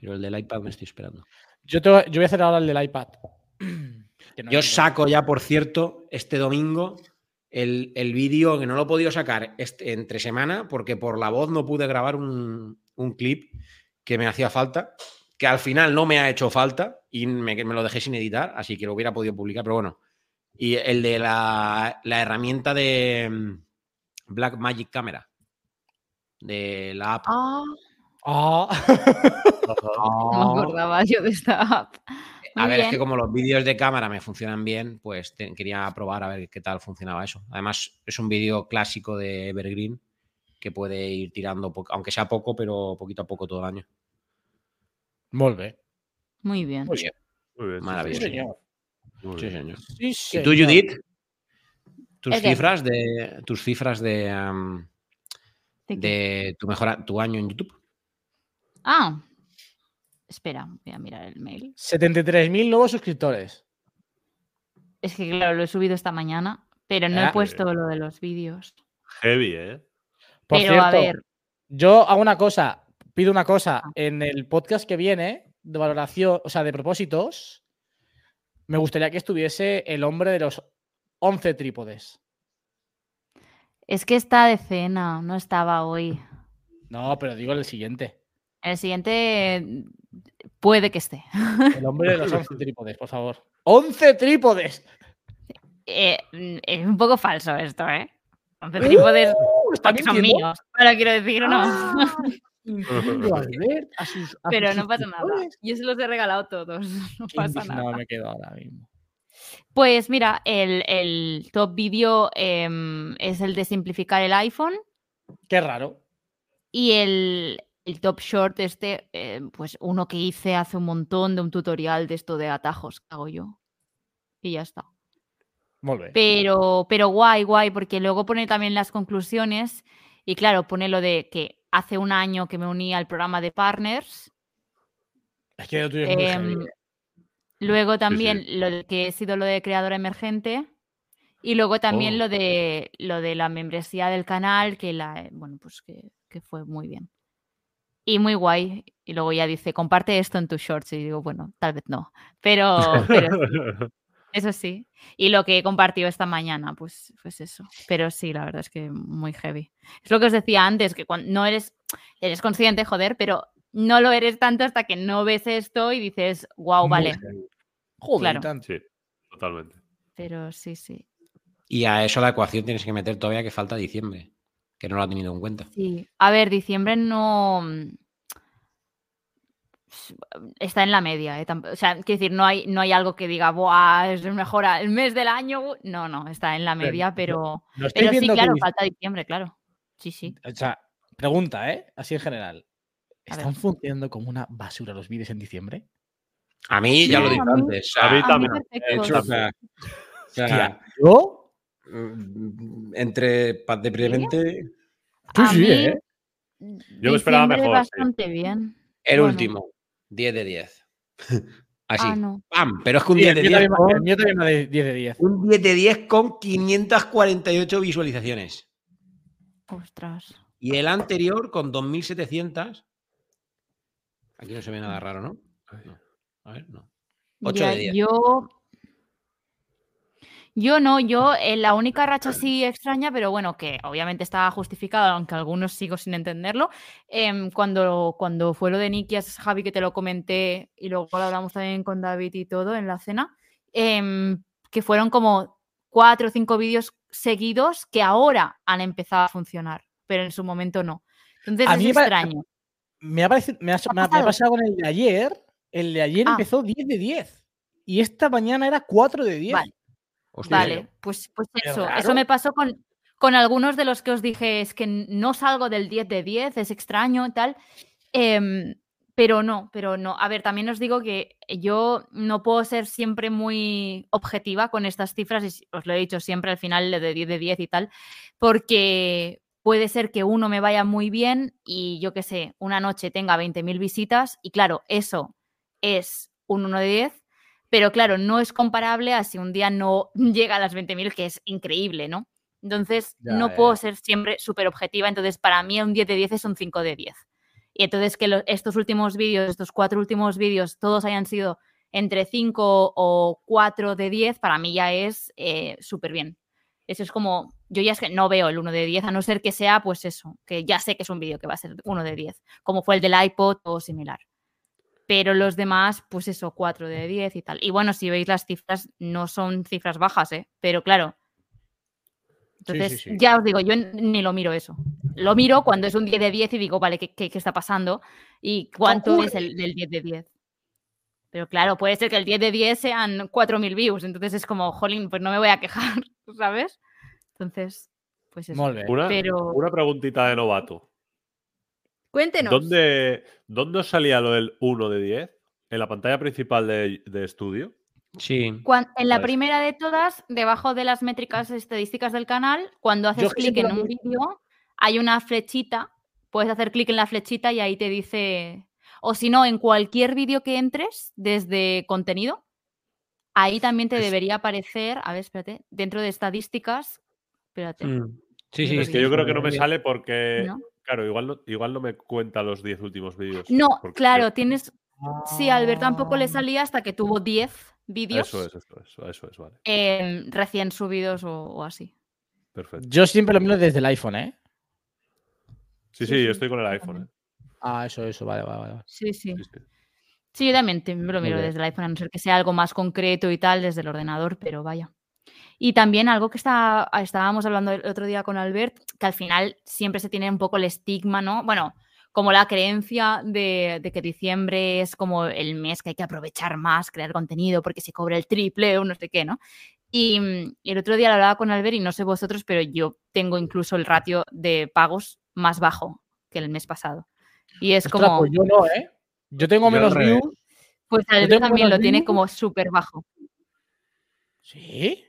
pero el del iPad me estoy esperando.
Yo, te- yo voy a hacer ahora el del iPad. [CLEARS THROAT] Que no
Yo
es-
saco ya, por cierto, este domingo el, el vídeo que no lo he podido sacar este- entre semana porque por la voz no pude grabar un, un clip que me hacía falta, que al final no me ha hecho falta y me, me lo dejé sin editar, así que lo hubiera podido publicar, pero bueno. Y el de la, la herramienta de mm, Blackmagic Camera, de la app.
Ah,
Ah, [LAUGHS]
no me acordaba yo de esta app.
A
Muy
ver, es que
bien.
como los vídeos de cámara me funcionan bien, pues te- quería probar a ver qué tal funcionaba eso. Además, es un vídeo clásico de Evergreen que puede ir tirando, po- aunque sea poco, pero poquito a poco todo el año.
volve.
Muy bien.
Muy bien.
Muy bien, sí,
Sí,
Maravilloso.
señor.
sí, muy
Sí,
bien.
señor.
Sí,
¿Y tú,
señor.
Judith? Tus
¿El qué?
cifras de tus cifras de, am,
¿De qué?
de tu mejor a- tu año en YouTube.
Ah, espera, voy a mirar el mail.
73.000 nuevos suscriptores.
Es que, claro, lo he subido esta mañana, pero no
Ah,
he
eh.
puesto lo de los vídeos.
Heavy,
[LAUGHS]
¿eh?
Por
pero a
cierto,
ver,
yo hago una cosa, pido una cosa.
Ah.
En el podcast que viene, de valoración, o sea, de propósitos, me gustaría que estuviese el hombre de los 11 trípodes.
es que está de cena, no estaba hoy.
No, pero digo el siguiente.
El siguiente eh, puede que esté.
El hombre de los
[LAUGHS]
11 trípodes, por favor. ¡11 trípodes!
Eh, mm, es un poco falso esto, ¿eh? Aunque trípodes
¡Uh! está
porque son
mintiendo. ¡Ah!
míos, ahora quiero decir, no.
Mintiendo a Albert, a sus- a
[LAUGHS] Pero
sus
no pasa nada.
suscriptores.
Yo se los he regalado todos, [LAUGHS] no
Qué
pasa
indignado
nada.
me quedo ahora mismo.
Pues mira, el, el top vídeo em, es el de simplificar el iPhone
Qué raro.
y el, el top short este, eh, pues uno que hice hace un montón de un tutorial de esto de atajos que hago yo. Y ya está.
Volve.
Pero, pero guay, guay, porque luego pone también las conclusiones y claro, pone lo de que hace un año que me uní al programa de partners.
Es que lo tuyo es muy
Em,
heavy. ¿eh?
Luego también lo de que he sido lo de creadora emergente. Y luego también
Oh.
lo de lo de la membresía del canal, que la eh, bueno, pues que, que fue muy bien. Y muy guay. Y luego ya dice, comparte esto en tus shorts. Y digo, bueno, tal vez no. Pero, pero sí, eso sí. Y lo que he compartido esta mañana, pues, pues eso. Pero sí, la verdad es que muy heavy. Es lo que os decía antes, que cuando no eres, eres consciente, joder, pero no lo eres tanto hasta que no ves esto y dices, wow,
Muy
vale.
heavy. Joder,
claro.
tanto.
[LAUGHS] Sí, totalmente.
Pero sí, sí.
Y a eso la ecuación tienes que meter todavía que falta diciembre, que no lo ha tenido en cuenta.
Sí. A ver, diciembre no. mm, s- mm, Está en la media. ¿eh? Tamp- O sea, quiero decir, no hay, no hay algo que diga, Buah, es el mejor a- el mes del año. bu-". No, no, está en la
Pero
media,
no-
pero,
Lo estoy
pero sí,
viendo que
claro,
dice-
falta diciembre, claro. Sí, sí.
O sea, pregunta, ¿eh? Así en general.
A ver.
¿Están funcionando como una basura los vídeos en diciembre?
A mí ya
Sí,
lo he dicho
a mí-
antes.
a mí
A mí
también.
perfecto.
hecho,
o sea, o sea,
Hostia, ¿Yo?
mm, entre paz de Prevente,
Tú
A
sí,
mí, mm,
¿eh?
Yo me esperaba
diciembre
mejor, sí.
Bastante bien.
el
Bueno.
último, 10 de 10. [LAUGHS] Así.
Ah, no.
¡Pam! Pero es que un
Sí,
10
el
de
mío
10.
también va- el mío también va de 10 de 10.
Un 10 de 10 con 548 visualizaciones.
Ostras.
Y el anterior con 2700. Aquí no se ve nada raro, ¿no? No. A ver, no. Ocho
Ya,
de diez.
Yo. Yo no, yo eh, la única racha así extraña, pero bueno, que obviamente estaba justificada, aunque algunos sigo sin entenderlo. em, cuando, cuando fue lo de Nikias, Javi, que te lo comenté y luego lo hablamos también con David y todo en la cena, em, que fueron como cuatro o cinco vídeos seguidos que ahora han empezado a funcionar, pero en su momento no. Entonces
A
es
mí me pare-
extraño.
Me ha, parecido- me ha so-
¿Te ha
me ha- me ha
pasado?
pasado con el de ayer. El de ayer
Ah.
empezó 10 de 10. Y esta mañana era 4 de 10.
Vale.
Hostia,
Vale, pues, pues
Qué
eso.
raro.
Eso me pasó con, con algunos de los que os dije, es que n- no salgo del 10 de 10, es extraño, tal. Em, pero no, pero no. A ver, también os digo que yo no puedo ser siempre muy objetiva con estas cifras, y si- os lo he dicho siempre al final de 10 de 10 y tal, porque puede ser que uno me vaya muy bien y yo qué sé, una noche tenga 20.000 visitas y claro, eso es un 1 de 10, pero claro, no es comparable a si un día no [LAUGHS] llega a las 20.000, que es increíble, ¿no? Entonces,
Ya,
no
ya,
puedo
ya.
ser siempre súper objetiva, entonces para mí un 10 de 10 es un 5 de 10. Y entonces que lo- estos últimos vídeos, estos cuatro últimos vídeos, todos hayan sido entre 5 o 4 de 10, para mí ya es eh, súper bien. Eso es como, yo ya es que no veo el 1 de 10, a no ser que sea, pues eso, que ya sé que es un vídeo que va a ser 1 de 10, como fue el del iPod o similar. Pero los demás, pues eso, 4 de 10 y tal. Y bueno, si veis las cifras, no son cifras bajas, ¿eh? Pero claro. Entonces,
sí, sí.
ya os digo, yo n- ni lo miro eso. Lo miro cuando es un 10 de 10 y digo, vale, ¿qué, qué- qué está pasando? ¿Y cuánto es el del 10 de 10? Pero claro, puede ser que el 10 de 10 sean 4.000 views, entonces es como, jolín, pues no me voy a quejar, ¿sabes? Entonces, pues eso.
Molt
Eh,
bé.
Una,
Pero
una preguntita de novato.
cuéntenos.
¿Dónde, ¿Dónde os salía lo del 1 de 10? ¿En la pantalla principal de, de estudio?
Sí.
Cuan- en la
Vale.
primera de todas, debajo de las métricas estadísticas del canal, cuando haces clic
siempre
en
lo
un vídeo, hay una flechita. Puedes hacer clic en la flechita y ahí te dice. O si no, en cualquier vídeo que entres desde contenido, ahí también te
Es-
debería aparecer. A ver, espérate. Dentro de estadísticas. Espérate.
Mm. Sí, sí,
Pero
Es que yo creo que no me
sí.
sale porque,
¿no?
claro, igual no, igual no me cuenta los 10 últimos vídeos.
No,
porque- Ah.
claro, tienes. Sí, a Albert tampoco le salía hasta que tuvo 10 vídeos
Eso es, eso es, eso es, vale.
eh, recién subidos o- o así.
Perfecto.
Yo siempre lo miro desde el iPhone, ¿eh?
Sí,
Sí, sí,
sí,
yo estoy con el iPhone.
también.
¿eh?
Ah, eso, eso, vale, vale, vale.
Sí, sí.
Sí, sí.
Sí, yo también te- me lo
Muy
miro
bien.
desde el iPhone, a no ser que sea algo más concreto y tal desde el ordenador, pero vaya. Y también algo que está, estábamos hablando el otro día con Albert, que al final siempre se tiene un poco el estigma, ¿no? Bueno, como la creencia de, de que diciembre es como el mes que hay que aprovechar más, crear contenido, porque se cobra el triple o no sé qué, ¿no? Y, mm, y el otro día lo hablaba con Albert y no sé vosotros, pero yo tengo incluso el ratio de pagos más bajo que el mes pasado. Y es
Ostras,
como...
pues yo no, ¿eh? Yo tengo
Yo al
menos
revés.
views.
Pues Albert
tengo
también lo
unos
tiene
mínimos.
como súper bajo.
¿Sí?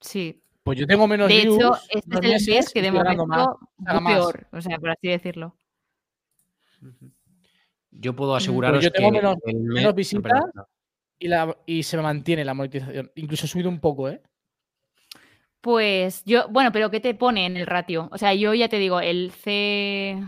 Sí.
Pues yo tengo menos
de
views.
hecho, este
dos
es el
meses
mes
y
que de
estoy ganando
momento
más.
va
gana más.
peor, o sea, por así decirlo.
Yo puedo
Pues yo
aseguraros
tengo
que
menos-
el mes-
menos
no,
visitas.
perdón, no.
Y, la- y se mantiene la monetización. Incluso ha subido un poco, ¿eh?
Pues yo, bueno, pero ¿qué te pone en el ratio? O sea, yo ya te digo, el C.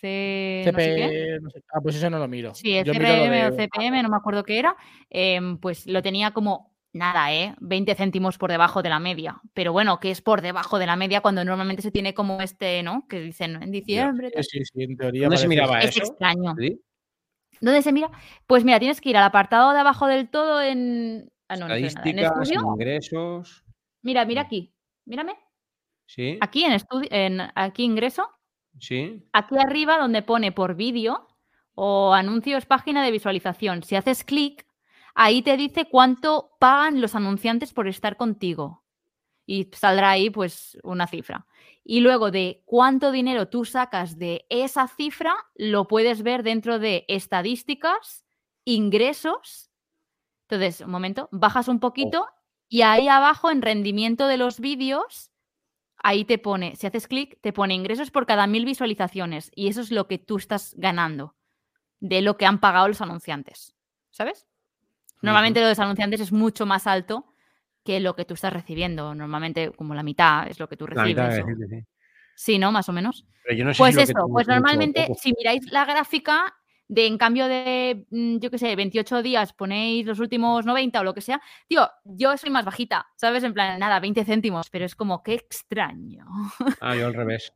C. no sé qué.
CP, no sé- Ah, pues eso no lo miro.
Sí, el
Yo miro lo
CRM o
de-
CPM, no me acuerdo qué era, em, pues lo tenía como nada, ¿eh? 20 céntimos por debajo de la media. Pero bueno, que es por debajo de la media cuando normalmente se tiene como este, ¿no? Que dicen en diciembre. tal.
Sí, sí, sí, en teoría.
¿Dónde se
parece-
miraba
Es
eso?
extraño.
¿Sí?
¿Dónde se mira? Pues mira, tienes que ir al apartado de abajo del todo en. Ah, no, no se ve nada. En
Estadísticas,
estudio.
ingresos.
Mira, mira aquí. Mírame.
Sí,
Aquí en estudio, en aquí ingreso.
sí.
Aquí arriba donde pone por vídeo o anuncios, página de visualización. Si haces clic, ahí te dice cuánto pagan los anunciantes por estar contigo. Y saldrá ahí pues una cifra. Y luego de cuánto dinero tú sacas de esa cifra, lo puedes ver dentro de estadísticas ingresos. Entonces, un momento, bajas un poquito y ahí abajo en rendimiento de los vídeos, ahí te pone, si haces clic, te pone ingresos por cada mil visualizaciones y eso es lo que tú estás ganando de lo que han pagado los anunciantes, ¿sabes? Normalmente lo de los anunciantes es mucho más alto que lo que tú estás recibiendo. Normalmente como la mitad es lo que tú
La mitad
recibes.
de
o-
gente, sí.
Sí, ¿no? Más o menos.
Pero yo no sé
Pues
si lo que
eso,
tú
pues
mucho o
normalmente
poco.
si miráis la gráfica de en cambio de, mm, yo qué sé, 28 días ponéis los últimos 90 o lo que sea, tío, yo soy más bajita, ¿sabes? En plan, nada, 20 céntimos, pero es como, qué extraño.
Ah, yo al
[LAUGHS]
revés.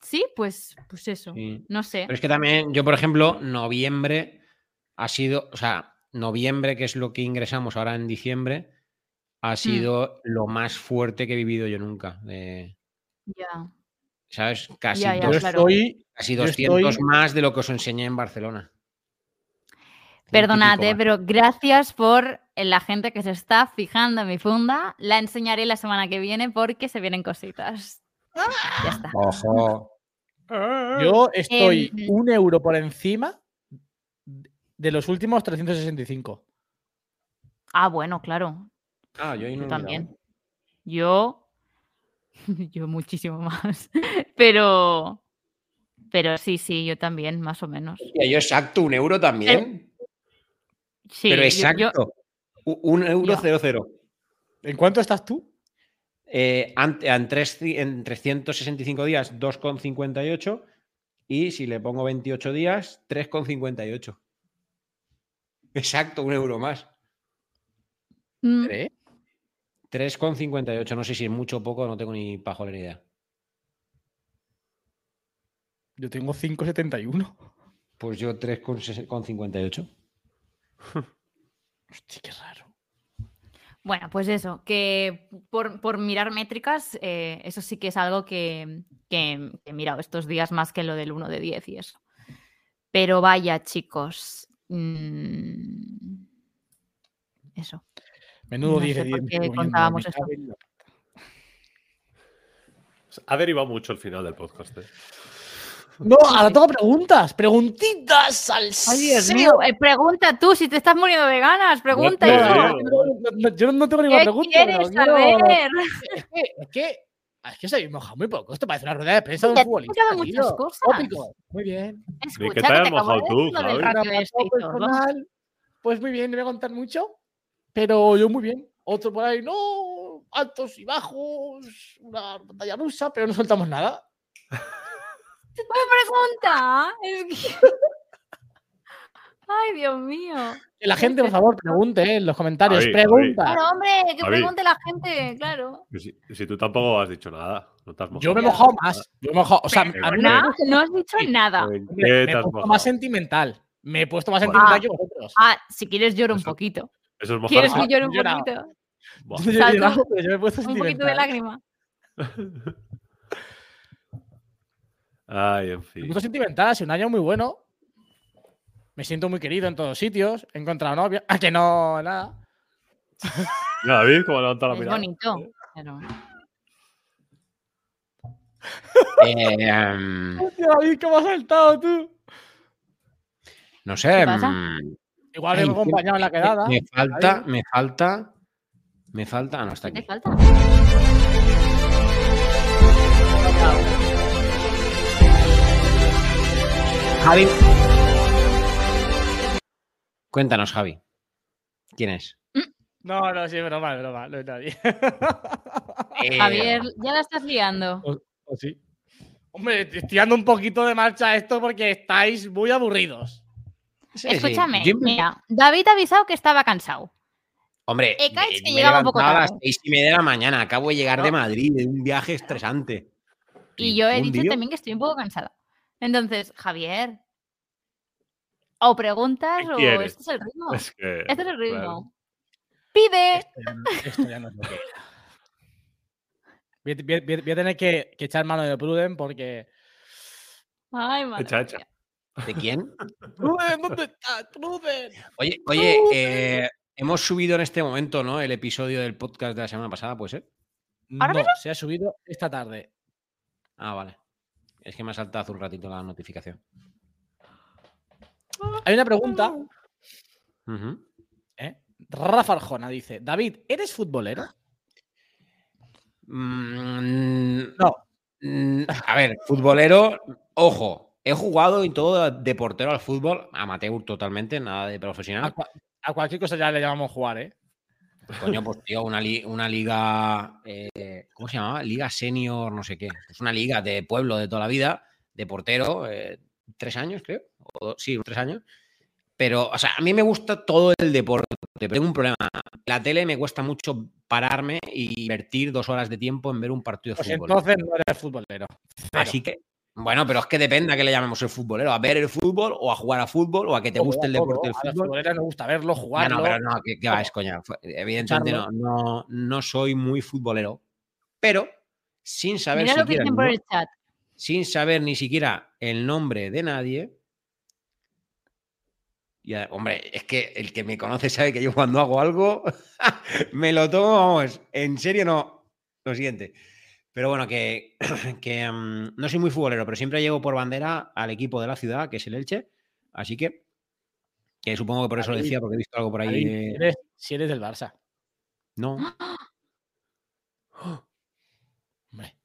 Sí, pues, pues eso,
sí.
no sé.
Pero es que también, yo por ejemplo, noviembre ha sido, o sea, noviembre, que es lo que ingresamos ahora en diciembre,
Mm.
ha sido lo más fuerte que he vivido yo nunca. de-
Ya.
¿Sabes? Casi,
¿eh?
Ya, ya,
dos-
claro.
Yo estoy.
casi
Yo
200
estoy-
más de lo que os enseñé en Barcelona.
Perdonad, eh,
Perdonad,
pero gracias por eh, la gente que se está fijando en mi funda. La enseñaré la semana que viene porque se vienen cositas. Ya está.
Ojo.
Yo estoy
Em,
un euro por encima de los últimos 365.
Ah, bueno, claro,
Ah, yo ahí
Yo
no he mirado.
también. Yo, [LAUGHS] yo muchísimo más. [LAUGHS] Pero, pero sí, sí, yo también, más o menos.
Hostia, yo exacto, un euro también.
Sí,
pero
yo- yo-
exacto. u- un euro
Yo.
cero cero.
¿En cuánto estás tú?
Eh, ant- en, tres- en 365 días, 2,58. Y si le pongo 28 días, 3,58. Exacto, un euro más.
Mm,
3,58. No sé si es mucho o poco, no tengo ni pajolera idea.
Yo tengo 5,71.
Pues yo 3,58.
Hostia, qué raro.
bueno, pues eso, que por, por mirar métricas, eh, eso sí que es algo que, que he mirado estos días más que lo del 1 de 10 y eso. Pero vaya, chicos. mm, eso.
Menudo
No
10 de
sé por
10. me
qué
estoy comiendo,
contábamos
me
esto.
cabe en la-
Ha derivado mucho el final del podcast. ¿eh?
No, ahora tengo preguntas. Preguntitas al
Ay, Dios mío, eh, pregunta tú si te estás muriendo de ganas, pregunta.
te
hijo.
veo.
Yo no tengo ninguna
¿Qué
pregunta.
quieres
pero quiero-
saber?
Es que, es que, es que se había mojado muy poco. Esto parece una rueda de prensa de
Ya
un
te he
futbolista.
explicado muchas
tío.
cosas.
Tópico. Muy bien.
Escucha,
¿qué
que
te
te
has
acabo de
mojado
decir
tú,
lo del
Javi?
ratio de
Relato
escritos, ¿no?
personal, Pues muy bien, no voy a contar mucho, pero yo muy bien. Otro por ahí, no, altos y bajos, una batalla rusa, pero no soltamos nada.
pregunta? Es [LAUGHS] que- Ay, Dios mío.
Que la gente, por favor, pregunte eh, en los comentarios.
Javi,
pregunta.
Ah.
Claro, hombre, que
Javi.
pregunte la gente, claro.
Que Si, si tú tampoco has dicho nada, no te has mojado.
Yo me he mojado más. Yo me he mojado. O sea,
Pero
a mí me,
No, no has dicho nada.
¿En qué
me- me
te
he
has
puesto
mojado?
más sentimental. Me he puesto más
Bueno.
sentimental
Ah.
que vosotros.
Ah, si quieres lloro un
Eso-
poquito.
Eso es mojar
¿Quieres
más.
que llore un
Yo he llorado.
poquito?
Buah.
Yo he
Salto-
llorado, pero yo me he puesto
Un poquito de
sentimental.
lágrima.
Ay, en
Me
fin.
gusta sentimental, ha sido un año muy bueno. Me siento muy querido en todos sitios. He encontrado novia. Ah, que no, nada.
Ah, Mira, ¿Veis cómo levanta la
Es
mirada?
bonito. Pero...
Eh, mm,
Hostia, David, ¿cómo has saltado tú?
no sé.
¿Qué pasa?
mm,
Igual
Ay,
vengo
qué-
acompañado en la quedada.
Eh,
Me falta, me falta. Me falta. Ah, no, está
¿Te
aquí.
falta?
Javi. Cuéntanos, Javi. ¿Quién es?
No, no, sí, es broma, es broma. No es nadie. [LAUGHS]
Eh,
Javier, ya la estás liando.
¿O Pues sí? Hombre, estoy dando un poquito de marcha a esto porque estáis muy aburridos.
Sí, sí.
Escúchame,
Yo-
mira, David ha avisado que estaba cansado.
Hombre,
Eh, Kaix,
me-
que
me
llegaba un
he
poco
levantado a las
tarde.
seis y media de la mañana. Acabo de llegar de Madrid, de un viaje estresante.
Y yo he dicho
Infundido.
también que estoy un poco cansada. Entonces, Javier, o preguntas
¿Qué
o
quieres?
este es el
[LAUGHS]
ritmo.
Es que,
Este es el ritmo.
claro.
Pide.
Esto ya no- Esto ya no es lo que era. Voy a, voy a- voy a- voy a tener que, que echar mano de Pruden porque.
Ay, madre
Echa, echa.
mía.
¿De quién?
¡Pruden, ¿dónde estás? ¡Pruden!
[LAUGHS]
Oye, oye eh, hemos subido en este momento, ¿no? El episodio del podcast de la semana pasada, ¿puede ser?
No,
¿Ahora mismo?
se ha subido esta tarde.
Ah, vale. Es que me ha saltado hace un ratito la notificación.
Hay una pregunta
Ujú.
¿eh? Rafa Arjona dice, David, ¿eres futbolero?
Mm,
No.
mm, A ver, futbolero, ojo, he jugado y todo de portero al fútbol, amateur totalmente, nada de
A,
profesional.
cua- a cualquier cosa ya le llamamos jugar, ¿eh?
Coño, pues tío, una, li- una liga, eh, ¿cómo se llamaba? Liga senior, no sé qué. Es una liga de pueblo de toda la vida, de portero, eh, tres años creo, o do- sí, tres años. Pero, o sea, a mí me gusta todo el deporte, pero tengo un problema. La tele me cuesta mucho pararme y invertir dos horas de tiempo en ver un partido de
Pues
fútbol. Ah,
entonces no eres futbolero.
Así que, bueno, pero es que depende a qué le llamemos el futbolero, a ver el fútbol o a jugar a fútbol o a que te guste el
Pues Todo,
deporte del
A los
fútbol.
futboleros nos gusta verlo,
Ya
jugarlo.
no, pero no, que, que va, es coña. Fue- Evidentemente no, no, no soy muy futbolero, pero sin saber,
Mira lo que
siquiera
dicen
el
por
no-
el chat.
sin saber ni siquiera el nombre de nadie. Ya, hombre, es que el que me conoce sabe que yo cuando hago algo [LAUGHS] me lo tomo, vamos, en serio no. Lo siguiente. Pero bueno, que, [CLEARS THROAT] que mm, no soy muy futbolero, pero siempre llego por bandera al equipo de la ciudad, que es el Elche. Así que, que supongo que por eso lo
David,
decía, porque he visto algo por ahí.
David,
eh,
si, eres, si eres del Barça.
No,
Hombre.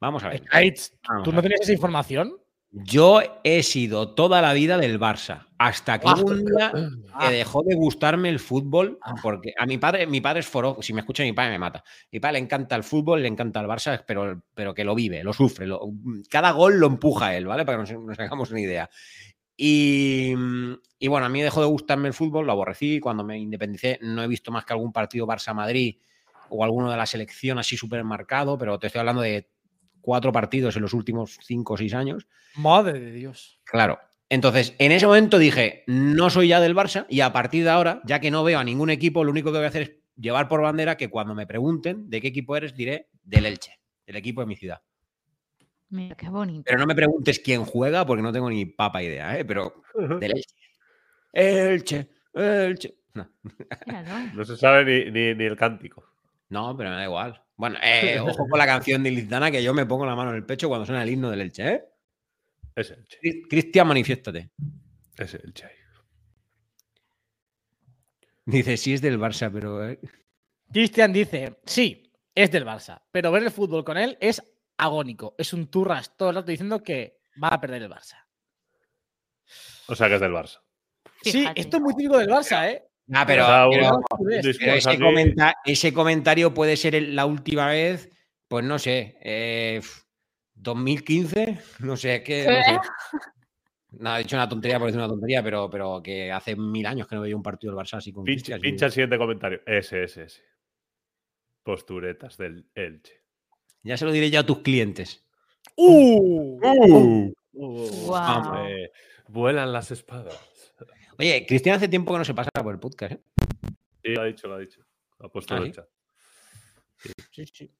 vamos a ver.
Aitz,
vamos
¿Tú
a
no
ver.
tenías esa
[CLEARS THROAT]
información?
Yo he sido toda la vida del Barça, hasta que
Ah.
un día
Ah.
que dejó de gustarme el fútbol,
Ah.
porque a mi padre, mi padre es foro, si me escucha mi padre me mata. Mi padre le encanta el fútbol, le encanta el Barça, pero, pero que lo vive, lo sufre, lo- cada gol lo empuja él, ¿vale? Para que nos, nos hagamos una idea. Y, y bueno, a mí dejó de gustarme el fútbol, lo aborrecí, cuando me independicé no he visto más que algún partido Barça-Madrid o alguno de la selección así súper marcado, pero te estoy hablando de cuatro partidos en los últimos cinco o seis años.
Madre de Dios.
Claro. Entonces, en ese momento dije, no soy ya del Barça y a partir de ahora, ya que no veo a ningún equipo, lo único que voy a hacer es llevar por bandera que cuando me pregunten de qué equipo eres, diré del Elche, del equipo de mi ciudad.
Mira, qué bonito.
Pero no me preguntes quién juega porque no tengo ni papa idea, ¿eh? Pero del Elche. Elche, Elche. No,
Míralo.
[LAUGHS] No se sabe ni, ni- ni el cántico.
no, pero me da igual. Bueno, eh, ojo con la canción de Lizana que yo me pongo la mano en el pecho cuando suena el himno del Elche, ¿eh?
Es el Che.
Cri- Cristian, manifiéstate.
Es el Che.
Dice, sí es del Barça, pero... eh,
Cristian dice, sí, es del Barça, pero ver el fútbol con él es agónico. Es un turras todo el rato diciendo que va a perder el Barça.
O sea que es del Barça.
Sí,
Fíjate.
esto es muy típico del Barça, ¿eh?
Ah, pero-
Cada uno
pero
Tú
un
ves,
discurso
Pero ese,
aquí.
comenta- ese comentario puede ser el- la última vez, pues no sé, eh, f- 2015, no sé, es que... No, sé. No, he dicho una tontería por decir una tontería, pero, pero que hace mil años que no veía un partido del Barça así con
Pincha,
Cristian, así
pincha el siguiente comentario. Ese, ese, ese. Posturetas del Elche.
que- Ya se lo diré yo a tus clientes.
¡Uh!
Guau.
Guau.
Eh, vuelan las espadas.
Oye, Cristian hace tiempo que no se pasa por el podcast, ¿eh?
Sí, lo ha dicho, lo ha dicho. Ha puesto en
¿Ah,
el
sí?
chat.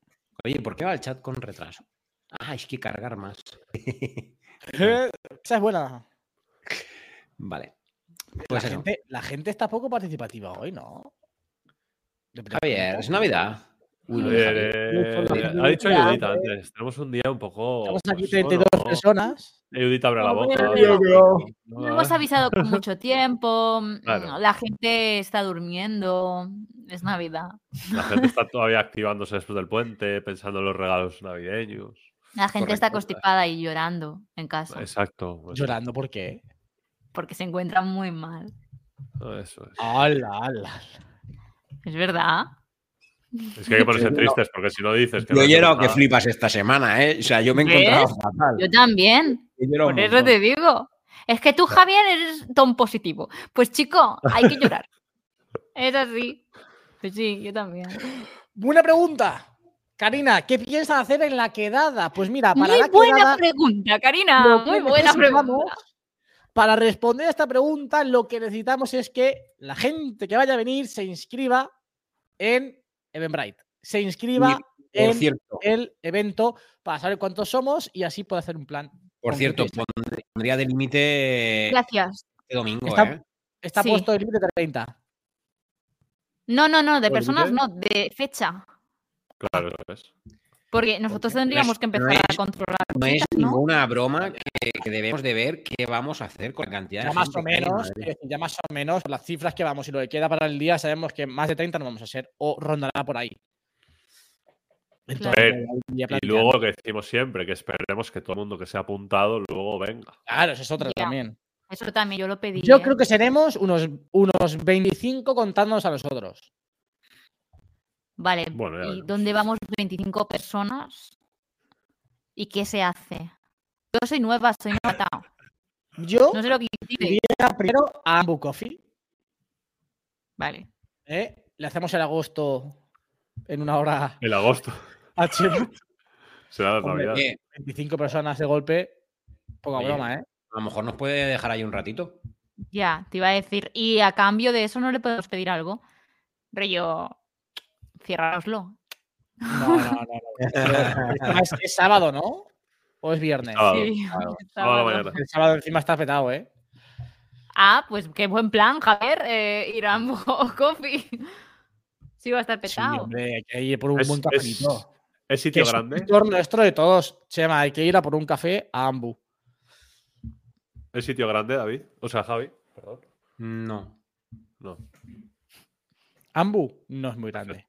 Oye, ¿por qué va el chat con retraso? Ah, es que cargar más.
Esa es buena.
Vale. Pues
la,
eso.
gente, la gente está poco participativa hoy, ¿no? ¿Le
Javier,
preguntas?
es Navidad. Uy, lo de
Javier,
Javier.
eh,
Javier.
mira, ha dicho
Mira,
Ayudita antes. Tenemos un día un poco.
Estamos aquí
pues,
32
bueno,
personas.
Ayudita abre la
No,
boca.
pero- Yo
No,
No hemos avisado con mucho tiempo. mm,
Claro.
La gente está durmiendo. Es Navidad.
La gente está todavía activándose después del puente, pensando en los regalos navideños.
La gente está
Correcto.
constipada y llorando en casa
Exacto. pues,
Llorando, ¿por qué?
porque se encuentra muy mal.
Eso es.
¡Hala, hala!
Es verdad.
Es que hay que ponerse
Yo-
tristes porque si no dices que.
Yo
no
he
has
llorado
hecho
que
nada.
flipas esta semana, ¿eh? O sea, yo me he encontrado
¿Ves?
fatal.
Yo también.
He llorado un
Por eso
montón.
te digo. Es que tú, Javier, eres tan positivo. Pues chico, hay
[LAUGHS]
que llorar. es así. Pues sí, yo también.
Buena pregunta. Karina, ¿qué piensas hacer en la quedada? Pues mira, para
Muy
la
buena
quedada,
pregunta,
lo
Karina.
que
Muy buena
necesitamos-
pregunta.
Para responder a esta pregunta, lo que necesitamos es que la gente que vaya a venir se inscriba en Eventbrite. Se inscriba en
Por cierto,
el evento para saber cuántos somos y así puede hacer un plan.
por cierto,
concreto.
pondré- pondría de límite
Gracias.
este domingo,
Está-
¿eh?
Está
Sí.
puesto el límite de 30.
No, no, no, de
¿Por
personas
qué?
no, de fecha.
Claro, eso es.
Porque nosotros
Porque no
tendríamos
es-
que
Pues,
empezar
no es-
a controlar.
No es
¿no?
ninguna broma que, que debemos de ver qué vamos a hacer con la cantidad de
Ya más
gente
o
que hay,
menos, eh,
madre.
quiero decir, ya más o menos, por las cifras que vamos y lo que queda para el día, sabemos que más de 30 no vamos a ser o rondará por ahí.
A ver,
ahí ya
Y
plantear.
luego lo que decimos siempre, que esperemos que todo el mundo que se ha apuntado luego venga.
Claro, esa es otra
Ya.
también.
Eso también yo lo pedí.
Yo
¿eh?
creo que seremos unos, unos 25 contándonos a nosotros.
Vale.
Em,
Bueno, ya
¿Y
veremos.
dónde vamos 25 personas? ¿Y qué se hace? Yo soy nueva, soy nota.
Yo
No sé lo que hiciste.
iría primero a Ambu Coffee.
Vale.
¿eh? Le hacemos el agosto en una hora [LAUGHS]
El agosto [LAUGHS]
a Chema.
será la
Hombre,
Navidad.
Oye,
25 personas de golpe. Poca
Oye.
broma, ¿eh?
a lo mejor nos puede dejar ahí un ratito.
Ya, te iba a decir. Y a cambio de eso no le podemos pedir algo. Rollo, ciérraroslo.
No, no, no. no. Además, es, sábado, ¿no? ¿O es viernes?
Sábado.
[LAUGHS] Sí,
claro.
Sábado a la
sábado.
mañana.
El sábado encima está petado, ¿eh?
Ah, pues qué buen plan, Javier. eh, ir a Ambo [LAUGHS] Coffee. Sí, va a estar
Sí,
petado.
hombre, hay que ir por un
Es-
buen
es-
cafecito.
¿Es
Que
sitio
es un
grande?
sector nuestro de todos. Chema, hay que ir a por un café a Ambu.
¿Es sitio grande, David? O sea, Javi. Perdón.
No.
No.
Ambu no es muy grande.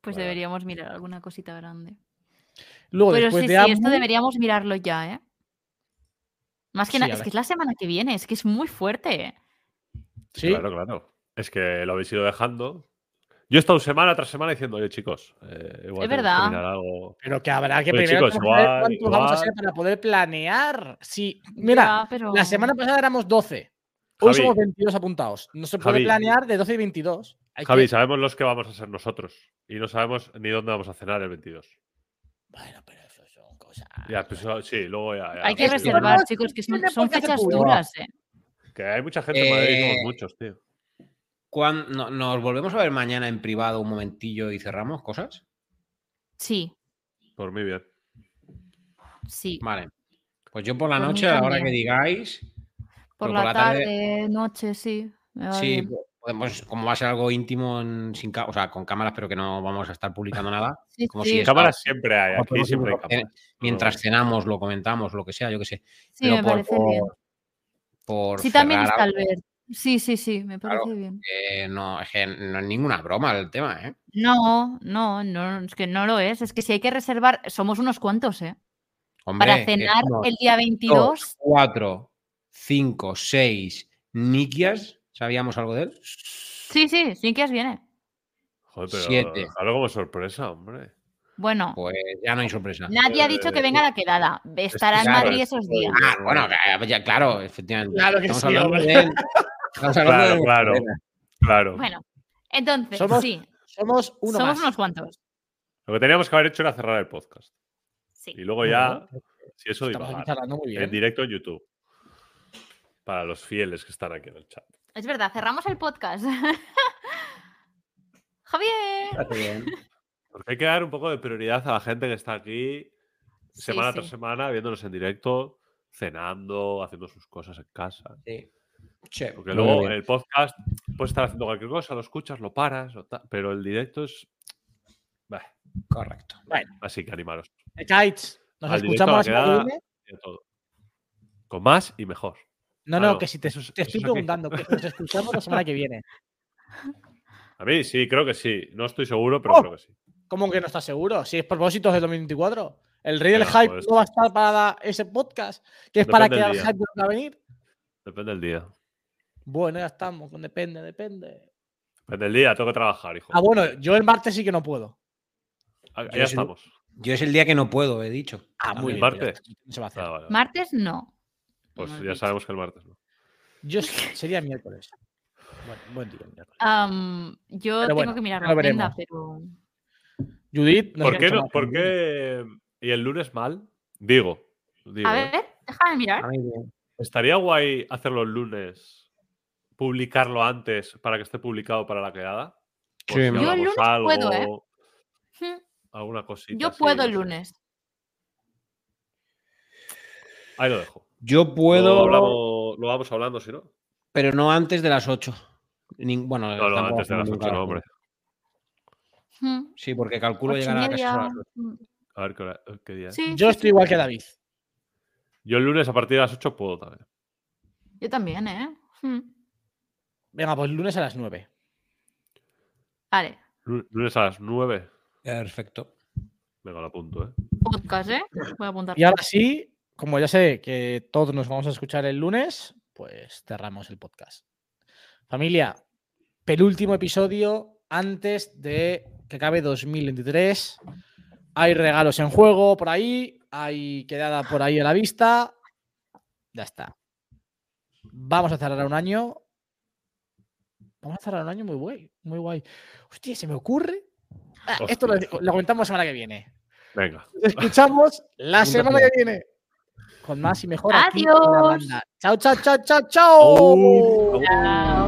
pues
vale, vale.
deberíamos mirar alguna cosita grande.
Luego,
Pero
Pues después
sí,
de
sí,
Ambu,
esto deberíamos mirarlo ya, ¿eh? Más que
Sí,
nada,
a
es
ver.
que es la semana que viene, es que es muy fuerte.
¿sí?
Claro, claro. Es que lo habéis ido dejando. Yo he estado semana tras semana diciendo, oye, chicos, eh, igual
Es
tenemos
verdad.
que mirar algo.
Pero que habrá que
Oye,
primero
chicos,
conocer
igual,
cuántos vamos a
igual.
ser para poder planear. Sí, mira,
Ya, pero-
la semana pasada éramos 12. Hoy
Javi.
somos 22 apuntados. No se puede
Javi.
planear de 12 y 22. Hay
Javi,
que-
sabemos los que vamos a ser nosotros. Y no sabemos ni dónde vamos a cenar el 22.
Bueno, pero eso son cosas.
Ya, pues, ah, sí, luego ya. ya,
Hay que
pues,
reservar,
no,
chicos, que son,
tiene
son
por qué hacer
fechas
público.
duras, ¿eh?
Que hay mucha gente en Madrid, somos
Eh,
muchos, tío.
Cuán- no- ¿Nos volvemos a ver mañana en privado un momentillo y cerramos cosas?
Sí,
Por mí bien.
sí.
Vale. Pues yo por la
Por mí
noche, a la hora que
también.
digáis,
Por
por
la,
la
tarde,
tarde-
noche, sí. me va
Sí,
bien.
po- podemos, como va a ser algo íntimo en- sin ca- o sea, con cámaras, pero que no vamos a estar publicando
[LAUGHS]
nada.
Sí,
como
sí,
si-
Cámaras siempre hay,
Ojo,
aquí
tenemos
siempre hay
unos que-
cámaras.
Mientras cenamos, lo comentamos, lo que sea, yo qué sé.
sí, me parece bien.
por
Sí, también
cerrar
está
algo,
Albert. Sí, sí, sí, me
Claro.
parece bien.
eh, no, es que no es ninguna broma el tema, ¿eh?
No, no, no, es que no lo es. Es que si hay que reservar, somos unos cuantos, ¿eh?
Hombre,
Para
que
cenar
somos
el día
dos,
22,
cuatro, cinco, seis Nikias, ¿sabíamos algo de él?
sí, sí, sin que os viene.
Joder, pero
Siete.
dejadlo como sorpresa, hombre.
Bueno,
Pues ya no hay sorpresa.
nadie ha dicho que venga la quedada. Estará en
claro,
Madrid esos días.
Ah, bueno, ca- ya, claro, efectivamente.
Claro que
estamos
sí,
hablando
hombre.
de- estamos hablando
Claro,
de-
claro. Claro.
Bueno, entonces,
Somos
sí,
Somos uno
somos
más.
unos cuantos.
Lo que teníamos que haber hecho era cerrar el podcast.
Sí.
Y luego ya, si eso
Estamos aquí
divagar,
charlando muy bien.
en directo en YouTube. Para los fieles que están aquí en el chat.
Es verdad, cerramos el podcast. [LAUGHS] Javier.
Está bien.
Porque hay que dar un poco de prioridad a la gente que está aquí
Sí,
semana
sí.
tras semana, viéndonos en directo, cenando, haciendo sus cosas en casa.
Sí. Che,
Porque
muy
luego eh,
bien.
el podcast puedes estar haciendo cualquier cosa, lo escuchas, lo paras, lo tal, pero el directo es. Bah,
Correcto.
así que animaros.
Eh, Kites, nos
Al directo
escuchamos
a
la semana
la
que
quedada.
viene.
y a todo. Con más y mejor.
No,
Ah,
no,
no,
que si te,
eso es-
te
eso [LAUGHS]
estoy
es aquí.
preguntando, que nos escuchamos la semana que viene.
A mí sí, creo que sí. No estoy seguro, pero
¡Oh!
creo que sí.
¿Cómo que no estás seguro? Si es propósitos del 2024. El rey del
Bueno,
hype
pues-
no va a estar para ese podcast, que es para
Depende
que
del
el
día.
hype no va a venir.
Depende del día.
Bueno, ya estamos, con depende, depende.
Depende del día, tengo que trabajar, hijo.
Ah, bueno, yo el martes sí que no puedo.
Ah,
yo
ya
sí.
estamos.
Yo es el día que no puedo, he dicho.
Ah,
muy
También.
bien. martes?
No se va a hacer.
Ah, vale, vale.
Martes no.
Pues
No has
ya
dicho.
sabemos que el martes no.
Yo s- sería miércoles. Bueno, buen día, miércoles.
Am, yo
Pero
tengo
bueno,
que mirar
ya
la
lo
agenda,
veremos.
pero
Judith, nos
¿Por qué
escuchamos la
no? ¿Por
semana que viene.
qué? ¿Y el lunes mal? Digo. digo,
a
¿eh?
ver, déjame mirar.
Muy bien.
Estaría guay hacerlo el lunes, publicarlo antes para que esté publicado para la quedada. Por
Sí,
si
Yo el
hablamos
lunes puedo, ¿eh? Hmm,
Alguna cosita.
Yo
así,
puedo
no
el
sé.
lunes.
Ahí lo dejo.
Yo
Lo,
puedo,
hablamos- lo vamos hablando, si no.
pero no antes de las 8. Ni- bueno,
No, no,
tampoco
antes de las
hacemos nunca
8, no, hombre.
Mm,
Sí, porque calculo
ocho y
llegar a casi
media.
las ocho.
hmm.
Mm,
A ver qué, hora- qué día es.
Sí,
Yo
sí,
estoy
sí.
igual que David.
Yo el lunes a partir de las 8 puedo también.
Yo también, ¿eh? Mm.
Venga, pues lunes a las 9.
Vale,
Lu- Lunes a las 9.
Perfecto.
Venga, lo apunto, ¿eh?
podcast, ¿eh? Voy a apuntar.
Y ahora sí, como ya sé que todos nos vamos a escuchar el lunes, pues cerramos el podcast. Familia, penúltimo episodio antes de que acabe 2023. Hay regalos en juego por ahí, hay quedada por ahí a la vista. Ya está. Vamos a cerrar un año. Vamos a cerrar un año muy guay, muy guay. Hostia, se me ocurre. Ah, esto lo, lo comentamos semana que viene.
Venga.
Nos escuchamos la
Un
semana que
placer.
viene. Con más y mejor. aquí en la
Adiós.
banda. Chao, chao, chao, chao, chao.
Aún, aún.
Chao.